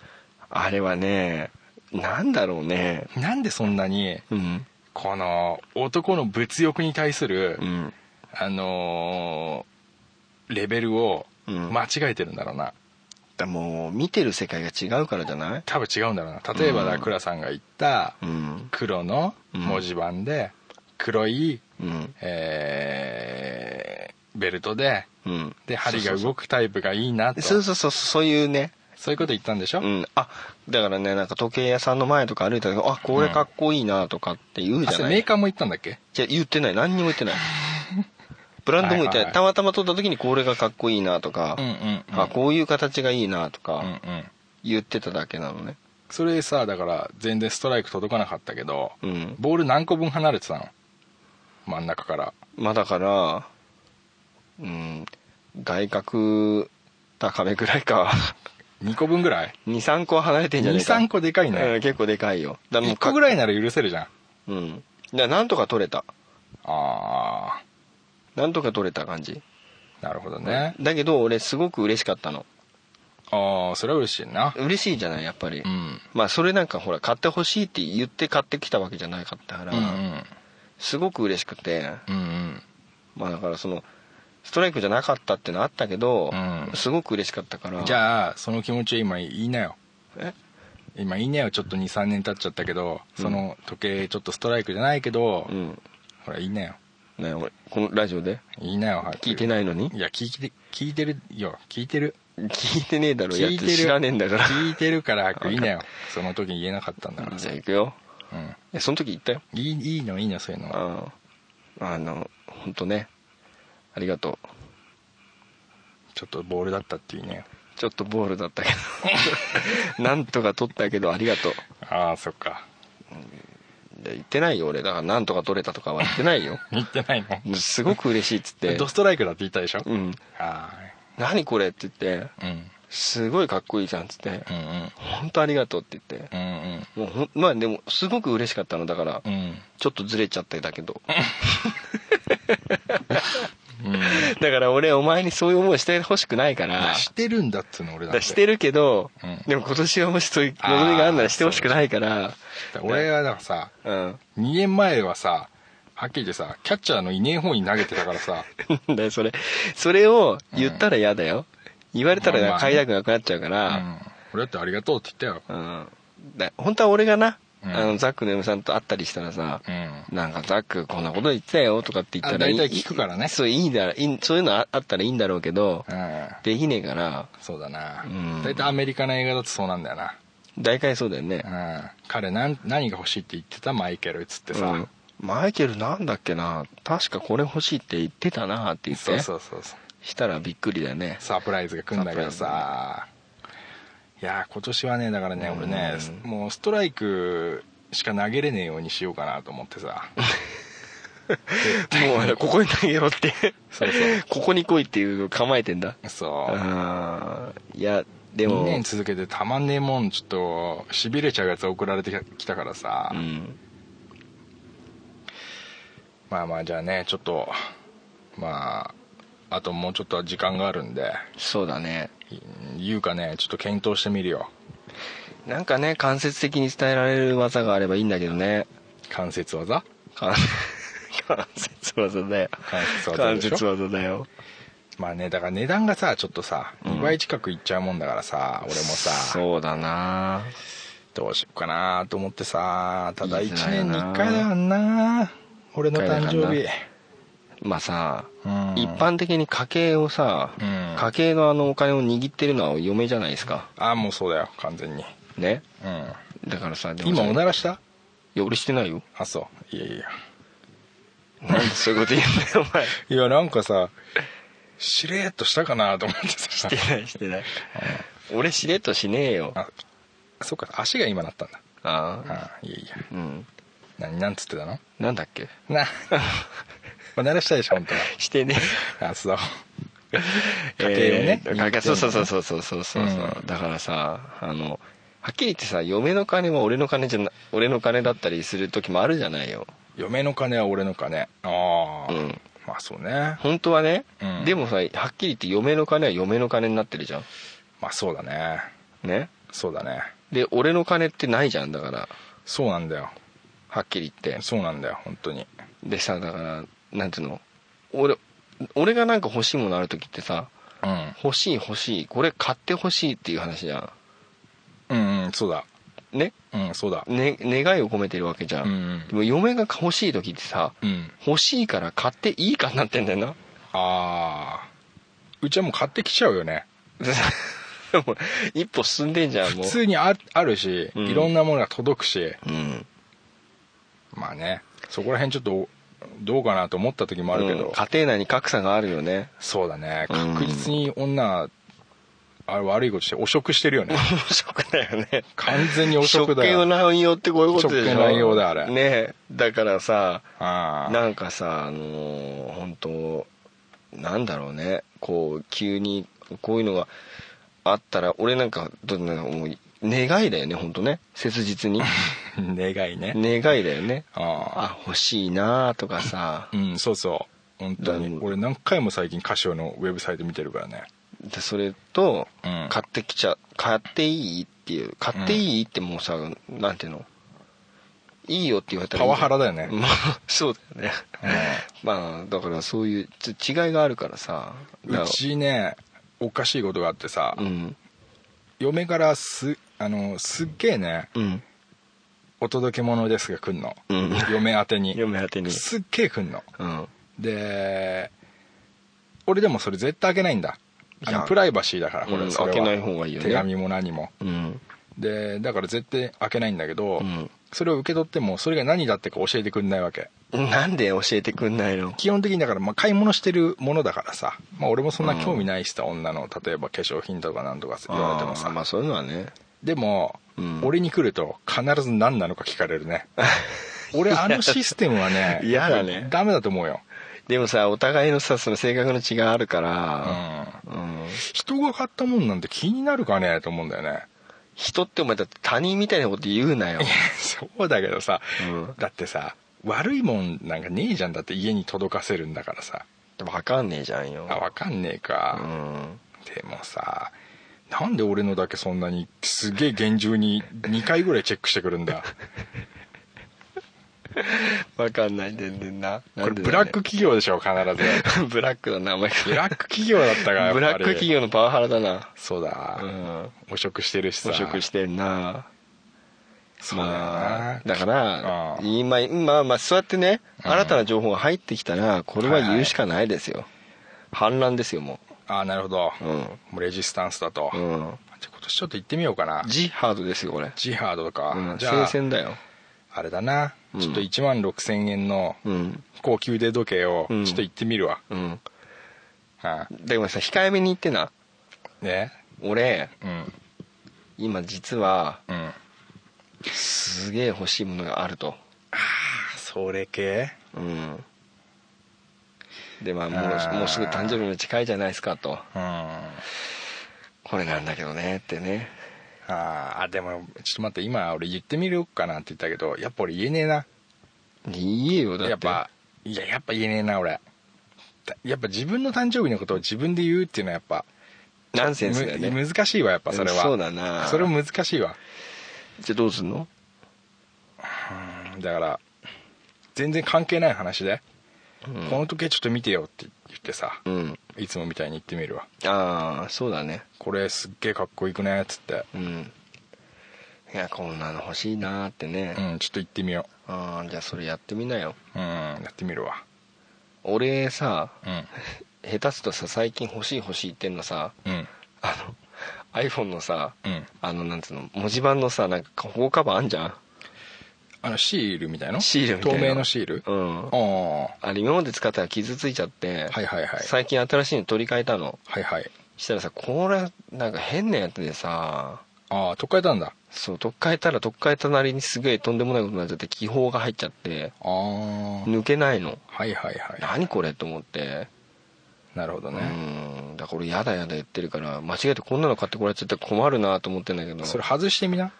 C: あれはねなんだろうね
D: なんでそんなに
C: うん
D: この男の物欲に対する、
C: うん
D: あのーレベルを
C: うん
D: 間違えてるんだろうな
C: だもう見てる世界が違うからじゃない
D: 多分違うんだろうな例えば
C: う
D: だ
C: ん
D: 倉さんが言った
C: うん
D: 黒の文字盤で黒い、
C: うん
D: えーベルトで
C: うん
D: で針が動くタイプがいいなと
C: そうそうそうそういうね
D: そういうこと言ったんでしょ、
C: うんあだからねなんか時計屋さんの前とか歩いたらあこれかっこいいなとかって言う
D: あ
C: じゃ
D: そ
C: な
D: れ
C: い
D: メーカーも言ったんだっけ
C: じゃ言ってない何にも言っ てないブランドも言ってない,、
D: はいはいはい
C: たまたま撮った時にこれがかっこいいなとか、
D: うんうんうん
C: あこういう形がいいなと
D: うんう
C: か
D: ん
C: 言ってただけなのね
D: それさだから全然ストライク届かなかったけど、
C: うん
D: ボール何個分離れてたの真ん中から
C: まあだからうん外角高めぐらいか
D: 2個分ぐらい
C: 23個離れてんじゃないか
D: 23個でかい
C: うん
D: ね、
C: 結構でかいよだからも
D: 1
C: うか
D: 個ぐらいなら許せるじゃんあ
C: うんだからなんとか取れた
D: あ
C: なんとか取れた感じ、
D: ーなるほどね、
C: だけど俺すごく嬉しかったの
D: ああそれは嬉しいな
C: 嬉しいじゃないやっぱり、
D: うん
C: まあそれなんかほら買ってほしいって言って買ってきたわけじゃなかったから、
D: うんうん
C: すごく嬉しくて
D: うんうん
C: まあだからそのストライクじゃなかったってのあったけど、
D: うん
C: すごく嬉しかったから
D: じゃあその気持ちを今言いなよ
C: え
D: 今言いなよちょっと23年経っちゃったけど
C: うん
D: その時計ちょっとストライクじゃないけど、
C: うん
D: ほら言いなよ
C: ね俺このラジオで
D: 言いなよ早く
C: 聞いてないのに
D: いや聞いて聞いてるよ聞いてる
C: 聞いてねえだろ
D: 聞いて
C: やつ
D: る
C: 知らねえんだから
D: 聞いてるから早く言いな よその時言えなかったんだから
C: じ
D: さ
C: ゃあ行くよ
D: うん
C: いやその時言ったよ
D: いいいいのいいのそういうのは
C: ああの本当ねありがとう
D: ちょっとボールだったって言いなよ
C: ちょっとボールだったけ どなんとか取ったけどありがとう
D: ああそっか
C: いや言ってないよ俺だからなんとか取れたとかは言ってないよ
D: 言ってないの
C: すごく嬉しいっつって
D: ドストライクだって言ったでしょ、
C: うん
D: は
C: 何これって言って
D: ーいうん
C: すごいかっこいいじゃんっつって
D: うんうん
C: 本当ありがとうって言って
D: うん
C: もうほんまあでもすごく嬉しかったのだから
D: うんうん
C: ちょっとずれちゃってだけど
D: うん
C: だから俺お前にそういう思いしてほしくないから
D: してるんだっつうの俺だって
C: だしてるけど、
D: うん
C: でも今年はもしそういう望みがあるならしてほしくないから
D: 俺はだからさ
C: うん
D: 2年前はさはっきり言ってさキャッチャーのいねえ方に投げてたからさ
C: だよそれそれを言ったら嫌だよ、言われたら
D: まあまあね
C: 買いたくなくなっちゃうか
D: う
C: ら、
D: ん俺だってありがとうって言った
C: う
D: よ
C: んだ本当は俺がな、
D: うん
C: あのザックの嫁さんと会ったりしたらさ、
D: うん
C: なんかザックこんなこと言ってたよとかって言ったら
D: あ
C: いい
D: 大体聞くからね
C: そういいだいいそういうのああったらいいんだろうけど、
D: うん
C: できねえから
D: そうだな
C: うん
D: 大体アメリカの映画だとそうなんだよな
C: 大体そうだよね、
D: うん彼なん何が欲しいって言ってたマイケルっつってさ、
C: うんマイケルなんだっけな確かこれ欲しいって言ってたなって言って
D: そうそうそうそう
C: したらびっくりだよね
D: サプライズが来んだけどさいやー今年はねだからね俺ね
C: う
D: もうストライクしか投げれねえようにしようかなと思って さ
C: もうここに投げろって
D: そうそ
C: ここに来いっていうの構えてんだ
D: うそう
C: あーいやで
D: 2
C: も
D: 年続けてたまんねえもんちょっとしびれちゃうやつ送られてきたからさ、
C: うん
D: まあまあじゃあねちょっとまああともうちょっと時間があるんで
C: そうだね
D: うん言うかねちょっと検討してみるよ
C: なんかね間接的に伝えられる技があればいいんだけどね
D: 関節技
C: 関関節技だよ
D: 関節技
C: 関
D: でしょ
C: 節技だよ
D: まあねだから値段がさちょっとさ
C: ん
D: 2倍近くいっちゃうもんだからさ、俺もさ
C: そうだな
D: どうしようかなと思ってさただ
C: いい
D: 1
C: 時代だ
D: 年に
C: な
D: 1回だからな俺の誕生日
C: 一まあさ、
D: うん
C: 一般的に家計をさ、
D: うん
C: 家計のあのお金を握ってるのは嫁じゃないですか
D: ああもうそうだよ完全に
C: ね
D: うん
C: だからさでもさ
D: 今おならした
C: いや俺してないよ
D: あそういやいや
C: なんでそういうこと言うんだよ お前し
D: いやなんかさしれっとしたかなと思っ てさ
C: てないしてない俺しれっとしねえよ
D: あそっか足が今なったんだ
C: ああ
D: あいやいや
C: うん
D: 何なんつってたの
C: なんだっけ
D: なおならしたでしょ本当
C: してね
D: はあそう家計をね
C: えー家計そうそうそう
D: う
C: そうそうそうそう、
D: うん
C: だからさあのはっきり言ってさ嫁の金は俺の金じゃな俺の金だったりする時もあるじゃないよ
D: 嫁の金は俺の金ああ、
C: うん
D: まあそうね
C: 本当はね、
D: うん
C: でもさはっきり言って嫁の金は嫁の金になってるじゃ
D: まあそうだね
C: んね
D: そうだね
C: で俺の金ってないじゃんだから
D: そうなんだよ
C: はっきり言って
D: そうなんだよ本当に
C: でさだからなんていうの俺俺がなんか欲しいものある時ってさ
D: うん
C: 欲しい欲しいこれ買って欲しいっていう話じゃ
D: うんうんそうだ
C: んね
D: うんそうだ
C: ね願いを込めてるわけじゃん、
D: うんうん
C: でも嫁が欲しい時ってさ
D: うん
C: 欲しいから買っていいかになってんだよな
D: ああうちはもう買ってきちゃうよね
C: もう一歩進んでんじゃんも
D: 普
C: う
D: 通にああるし、
C: うん
D: いろんなものが届くし
C: うん
D: まあねそこら辺ちょっとどうかなと思った時もあるけど、
C: うん家庭内に格差があるよね
D: そうだね
C: うん
D: 確実に女は、あれ悪いことして汚職してるよね
C: 汚職だよね
D: 完全に汚職だよ
C: 職権の乱用ってこういうことでしょ
D: 職権乱用だあれ
C: ねだからさ
D: ああ
C: なんかさあのー本当なんだろうねこう急にこういうのがあったら俺なんかどんなもう願いだよね本当ね切実 に
D: 願いね
C: 願いだよね
D: ああ
C: あ欲しいなとかさ
D: うんそうそう本当に
C: だ
D: 俺何回も最近カシオのウェブサイト見てるからね
C: でそれと、
D: うん
C: 買ってきちゃ買っていいっていう買っていいってもうさ、なんていうのいいよって言われたら
D: パワハラだよね
C: まあそうだよね、 まあだからそういうち違いがあるからさだ
D: うちねおかしいことがあってさ、
C: うん
D: 嫁からすあのすっげえね
C: うん
D: お届け物ですが来んの、
C: うん
D: 嫁宛てに
C: 嫁宛てに
D: すっげえ来んの
C: うん
D: で俺でもそれ絶対開けないんだあ
C: いや
D: のプライバシーだからこれ,、
C: うん
D: それは
C: 開けない方がいいよね
D: 手紙も何も
C: うん
D: でだから絶対開けないんだけど、
C: うん
D: それを受け取ってもそれが何だってか教えてくんないわけ
C: なんで教えてくんないの
D: 基本的にだから、まあ、買い物してるものだからさ、まあ、俺もそんな興味ないしさ、女の例えば化粧品とかなんとか言われてもさ
C: あーまあそういうのはね
D: でも、
C: うん
D: 俺に来ると必ず何なのか聞かれる ね俺あのシステムはね
C: 嫌だね
D: やっぱりダメだと思うよ、
C: でもさお互いのさその性格の違いあるか
D: う
C: ら、
D: ん、
C: うん、
D: 人が買ったもんなんて気になるかねと思うんだよね
C: 人ってお前だって他人みたいなこと言うなよ
D: そうだけどさ、
C: うん
D: だってさ悪いもんなんかねえじゃんだって家に届かせるんだからさ
C: わかんねえじゃんよ
D: あわかんねえ
C: う
D: か、
C: ん
D: でもさなんで俺のだけそんなにすげえ厳重に2回ぐらいチェックしてくるんだ
C: わかんない全然 な
D: これブラック企業でしょ必ず
C: ブラックだなお前
D: ブラック企業だったからやっぱり
C: ブラック企業のパワハラだな
D: そうだ、
C: うん
D: 汚職してるしさ
C: 汚職してるな
D: そうだよな、
C: まあだか
D: あ
C: ら
D: あ
C: 今まあまあそうやってね
D: うん
C: 新たな情報が入ってきたらこれは言うしかないですよ反乱ですよも
D: ああなるほど、
C: うん
D: もうレジスタンスだと、
C: う
D: じゃ
C: うん
D: あ今年ちょっと行ってみようかな
C: ジハードですよこれ
D: ジハードとか、
C: うん
D: じゃ
C: 聖
D: あ
C: 戦だよ
D: あれだな、
C: うん
D: ちょっと1万6000円の
C: うん
D: 高級腕時計をち
C: う
D: ょ
C: ん
D: っと行ってみるわ、
C: うん
D: は
C: でもさ控えめに言ってない
D: ね
C: 俺
D: うん
C: 今実は
D: うん
C: すげえ欲しいものがあると
D: それ系
C: うんでまあも
D: あ
C: う
D: ー
C: もうすぐ誕生日も近いじゃないですかと
D: うんあ
C: これなんだけどねってね
D: あでもちょっと待って今俺言ってみるかなって言ったけどやっぱ俺言えねえな
C: 言えよだって
D: やっぱいややっぱ言えねえな俺たやっぱ自分の誕生日のことを自分で言うっていうのはやっぱ
C: ナンセンスだよね
D: む難しいわやっぱそれは
C: そうだな
D: それも難しいわ
C: じゃあどうすんの
D: うんだから全然関係ない話で、
C: うん
D: この時計ちょっと見てよって言ってさ、
C: うん
D: いつもみたいに言ってみるわ
C: ああそうだね
D: これすっげえかっこいいくねっつって
C: うんいやこんなの欲しいなーってね、
D: うんちょっと行ってみよ
C: ああじゃあそれやってみなよ
D: ううんやってみるわ
C: 俺さ
D: うん
C: 下手すとさ最近欲しい欲しい言ってんのさ
D: うん
C: あの iPhone のさ、
D: うん
C: あのなんつうの文字盤のさなんか保護カバーあんじゃ
D: あのシールみたいなん
C: シールみたいな
D: 透明のシール
C: うん
D: ああ
C: あれ今まで使ったら傷ついちゃって、
D: はいはいはい
C: 最近新しいの取り替えたの
D: はいはい
C: したらさこれなんか変なやつでさ
D: ああ取っ替えたんだ
C: そう取っ替えたら取っ替えたなりにすげえとんでもないことになっちゃって気泡が入っちゃって
D: ああ
C: 抜けないの
D: はいはいはい
C: 何これと思って
D: なるほど
C: う
D: ね
C: んだから俺やだやだ言ってるから間違えてこんなの買ってこられちゃったら困るなと思ってんだけど
D: それ外してみな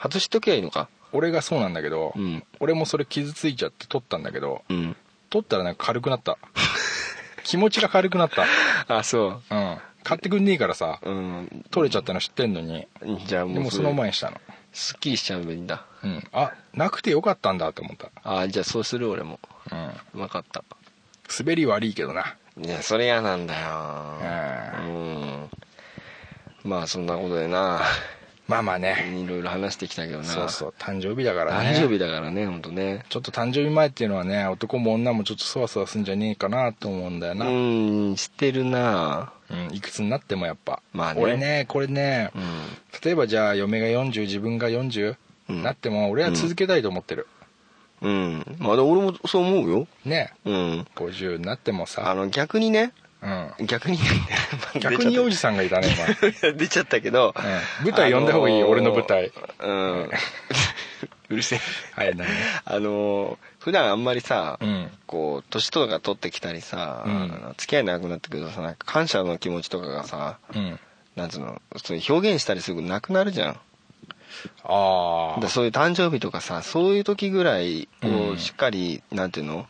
C: 外しときゃいいのか
D: 俺がそうなんだけど、
C: うん
D: 俺もそれ傷ついちゃって取ったんだけど
C: うん
D: 取ったらなんか軽くなった 気持ちが軽くなった
C: あそ
D: うん買ってくんねえからさ
C: ううん
D: 取れちゃったの知ってんのに
C: じゃあもう
D: でもそ
C: れ
D: の前にしたの
C: すっきりしちゃうべきだ
D: うんあなくてよかったんだって思った
C: あじゃあそうする俺も
D: うん
C: 分かった
D: 滑り悪いけどない
C: やそれ嫌なんだよ
D: う
C: うんまあそんなことでな
D: まあまあね
C: いろいろ話してきたけどな
D: そうそう誕生日だからね
C: 誕生日だからね本当ね
D: ちょっと誕生日前っていうのはね男も女もちょっとそわそわすんじゃねえかなと思うんだよ
C: う
D: な、
C: んしてるな
D: うんいくつになってもやっぱ、
C: まあね
D: 俺ねこれね、
C: うん
D: 例えばじゃあ嫁が40自分が40、
C: うん
D: なっても俺は続けたいと思ってる、
C: うんまあでも俺もそう思うよ
D: ね
C: うん
D: 50になっても
C: あ
D: さ、
C: の逆にね
D: うん、
C: 逆に
D: 逆におじ
C: さ
D: さんがいた ね
C: ん出ちゃったけど、
D: 今、うん、舞台呼んだ方がいいよ、
C: あのー
D: 俺の舞台
C: うん うるせえ
D: はい何
C: あのー普段あんまりさ、
D: うん
C: こう年とか取ってきたりさ、
D: うん
C: 付き合い長くなってくるとさなんか感謝の気持ちとかがさ
D: うん
C: なんつうのそういう表現したりすることなくなるじゃん
D: あ
C: だから
D: あ
C: そういう誕生日とかさそういう時ぐらい
D: うん
C: をしっかり、なんていうの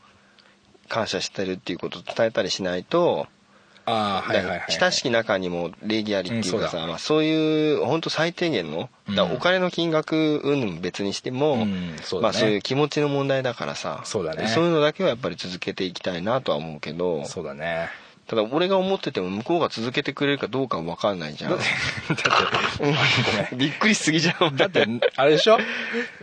C: 感謝してるっていうことを伝えたりしないと、
D: ああはいはいは
C: だ
D: い、
C: から親しき中にも礼儀ありっていうかさ、
D: うんそうだ
C: まあ、そういう本当最低限の
D: うん
C: だからお金の金額云々も別にしても、
D: うんそう
C: ま
D: だね
C: あ、そういう気持ちの問題だからさ
D: そうだね
C: そういうのだけはやっぱり続けていきたいなとは思うけど
D: そうだね
C: ただ俺が思ってても向こうが続けてくれるかどうか分かん ないじゃん
D: だってだって
C: うんびっくりしすぎじゃん
D: だってあれでしょ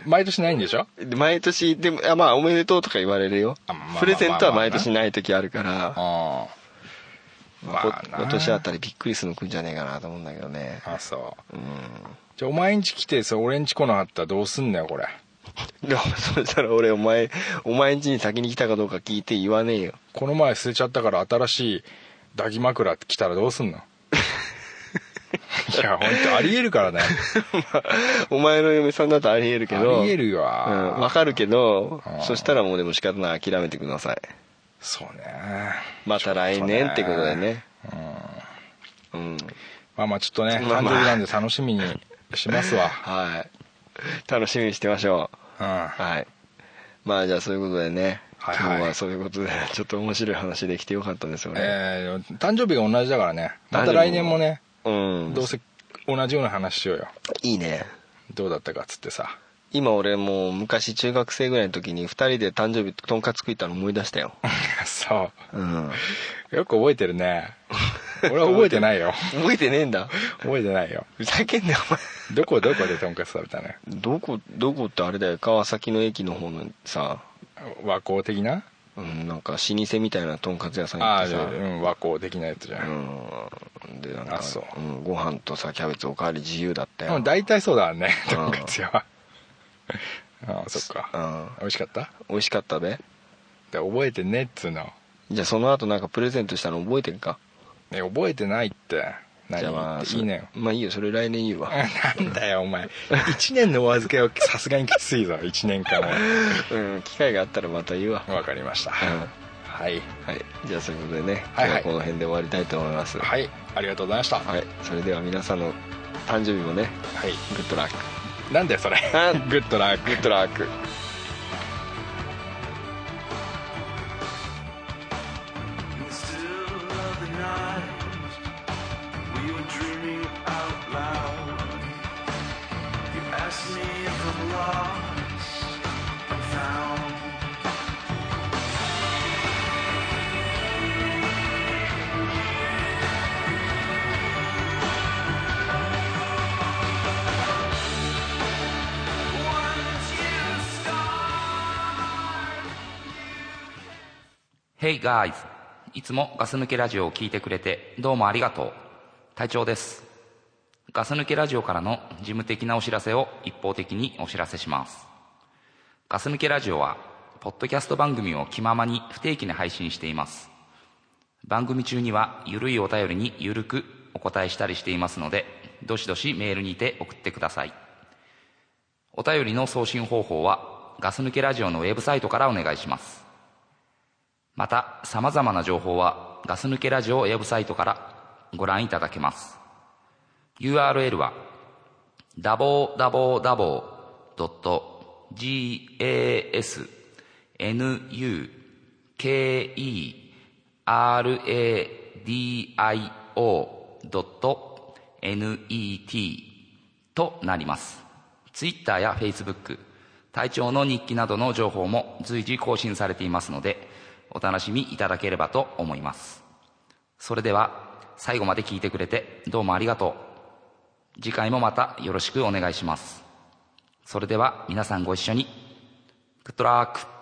D: 毎年ないんでしょ
C: で毎年でもあまあおめでとうとか言われるよ
D: あまあまあ
C: プレゼントは毎年ない時あるから
D: ああま
C: こ
D: あな
C: 今年あたりびっくりするのくんじゃねえかなと思うんだけどね
D: あそう
C: う
D: じゃあお前んち来てそれ俺んち来なかったらどうすんだよこれ
C: んでもそしたら俺お前お前ん家に先に来たかどうか聞いて言わねえよ
D: この前捨てちゃったから新しい抱き枕来たらど うすんのいや本当ありえるからね
C: お前の嫁さんだとありえるけど
D: ありえるわ
C: うん、わかるけど
D: うん
C: そしたらもうでも仕方ない諦めてください
D: そうね
C: また来年ってことでねうん
D: まあまあちょっとね
C: まあ
D: 誕
C: ま
D: 生
C: あ
D: 日なんで楽しみにしますわ
C: はい楽しみにしてましょ う
D: うん
C: はい。まあじゃあそういうことでね、
D: はいはい
C: 今日はそういうことでちょっと面白い話できてよかったですよね。
D: えー誕生日が同じだからねま
C: 誕生日も
D: た来年もね
C: うん。
D: どうせ同じような話しようよ
C: いいね。
D: どうだったかっつってさ
C: 今俺もう昔中学生ぐらいの時に2人で誕生日とんかつ食いたの思い出したよ。
D: そ
C: うん。
D: うよく覚えてるね俺は覚えてないよ
C: 覚えてねえんだ。
D: 覚えてないよ
C: ふざけんなよ
D: どこどこでとんかつ食べたのよ
C: お前。どこ、どこってあれだよ。川崎の駅の方のさ、
D: 和光的な
C: うん、なんか老舗みたいなとんかつ屋さん行
D: あ
C: っ
D: あ
C: て
D: じゃあ
C: さ。
D: うん和光的なやつじゃん、
C: うん。で、なんか、、
D: あそうん
C: ご飯とさ、キャベツおかわり自由だったよ。
D: うん、大体そうだね
C: うん
D: とんかつ屋は ああそっか
C: うん。
D: 美味しかった
C: 美味しかったべ。
D: で覚えてねっつうの
C: じゃあその後なんかプレゼントしたの覚えてるか
D: ね覚えてないって何
C: じゃあまあ
D: いいね よ
C: まあいいよそれ来年言うわ
D: なんだよお前1年のお預けはさすがにき ついぞ1年間は
C: うん機会があったらまた言うわ、
D: わかりました、
C: ん
D: はい
C: はいじゃあそういうことでね今
D: は
C: 日
D: いはい
C: はこの辺で終わりたいと思いますはい、
D: はいありがとうございました、はい
C: それでは皆さんの誕生日もねグッドラック
D: なんだよそれ
C: あ
D: グッドラック
C: グッドラック
E: In the still of the night, we were dreaming out loud. You asked me if I'm lost, I'm found. Once you start.
F: Hey guys! いつもガス抜けラジオを聞いてくれてどうもありがとう。隊長です。ガス抜けラジオからの事務的なお知らせを一方的にお知らせします。ガス抜けラジオは、ポッドキャスト番組を気ままに不定期に配信しています。番組中には、ゆるいお便りにゆるくお答えしたりしていますので、どしどしメールにて送ってください。お便りの送信方法は、ガス抜けラジオのウェブサイトからお願いします。また、様々な情報はガス抜けラジオウェブサイトからご覧いただけます。URL は www.gasnuke radio.net となります。Twitter や Facebook、隊長の日記などの情報も随時更新されていますので、お楽しみいただければと思います。それでは、最後まで聞いてくれてどうもありがとう。次回もまたよろしくお願いします。それでは皆さんご一緒に。グッドラック。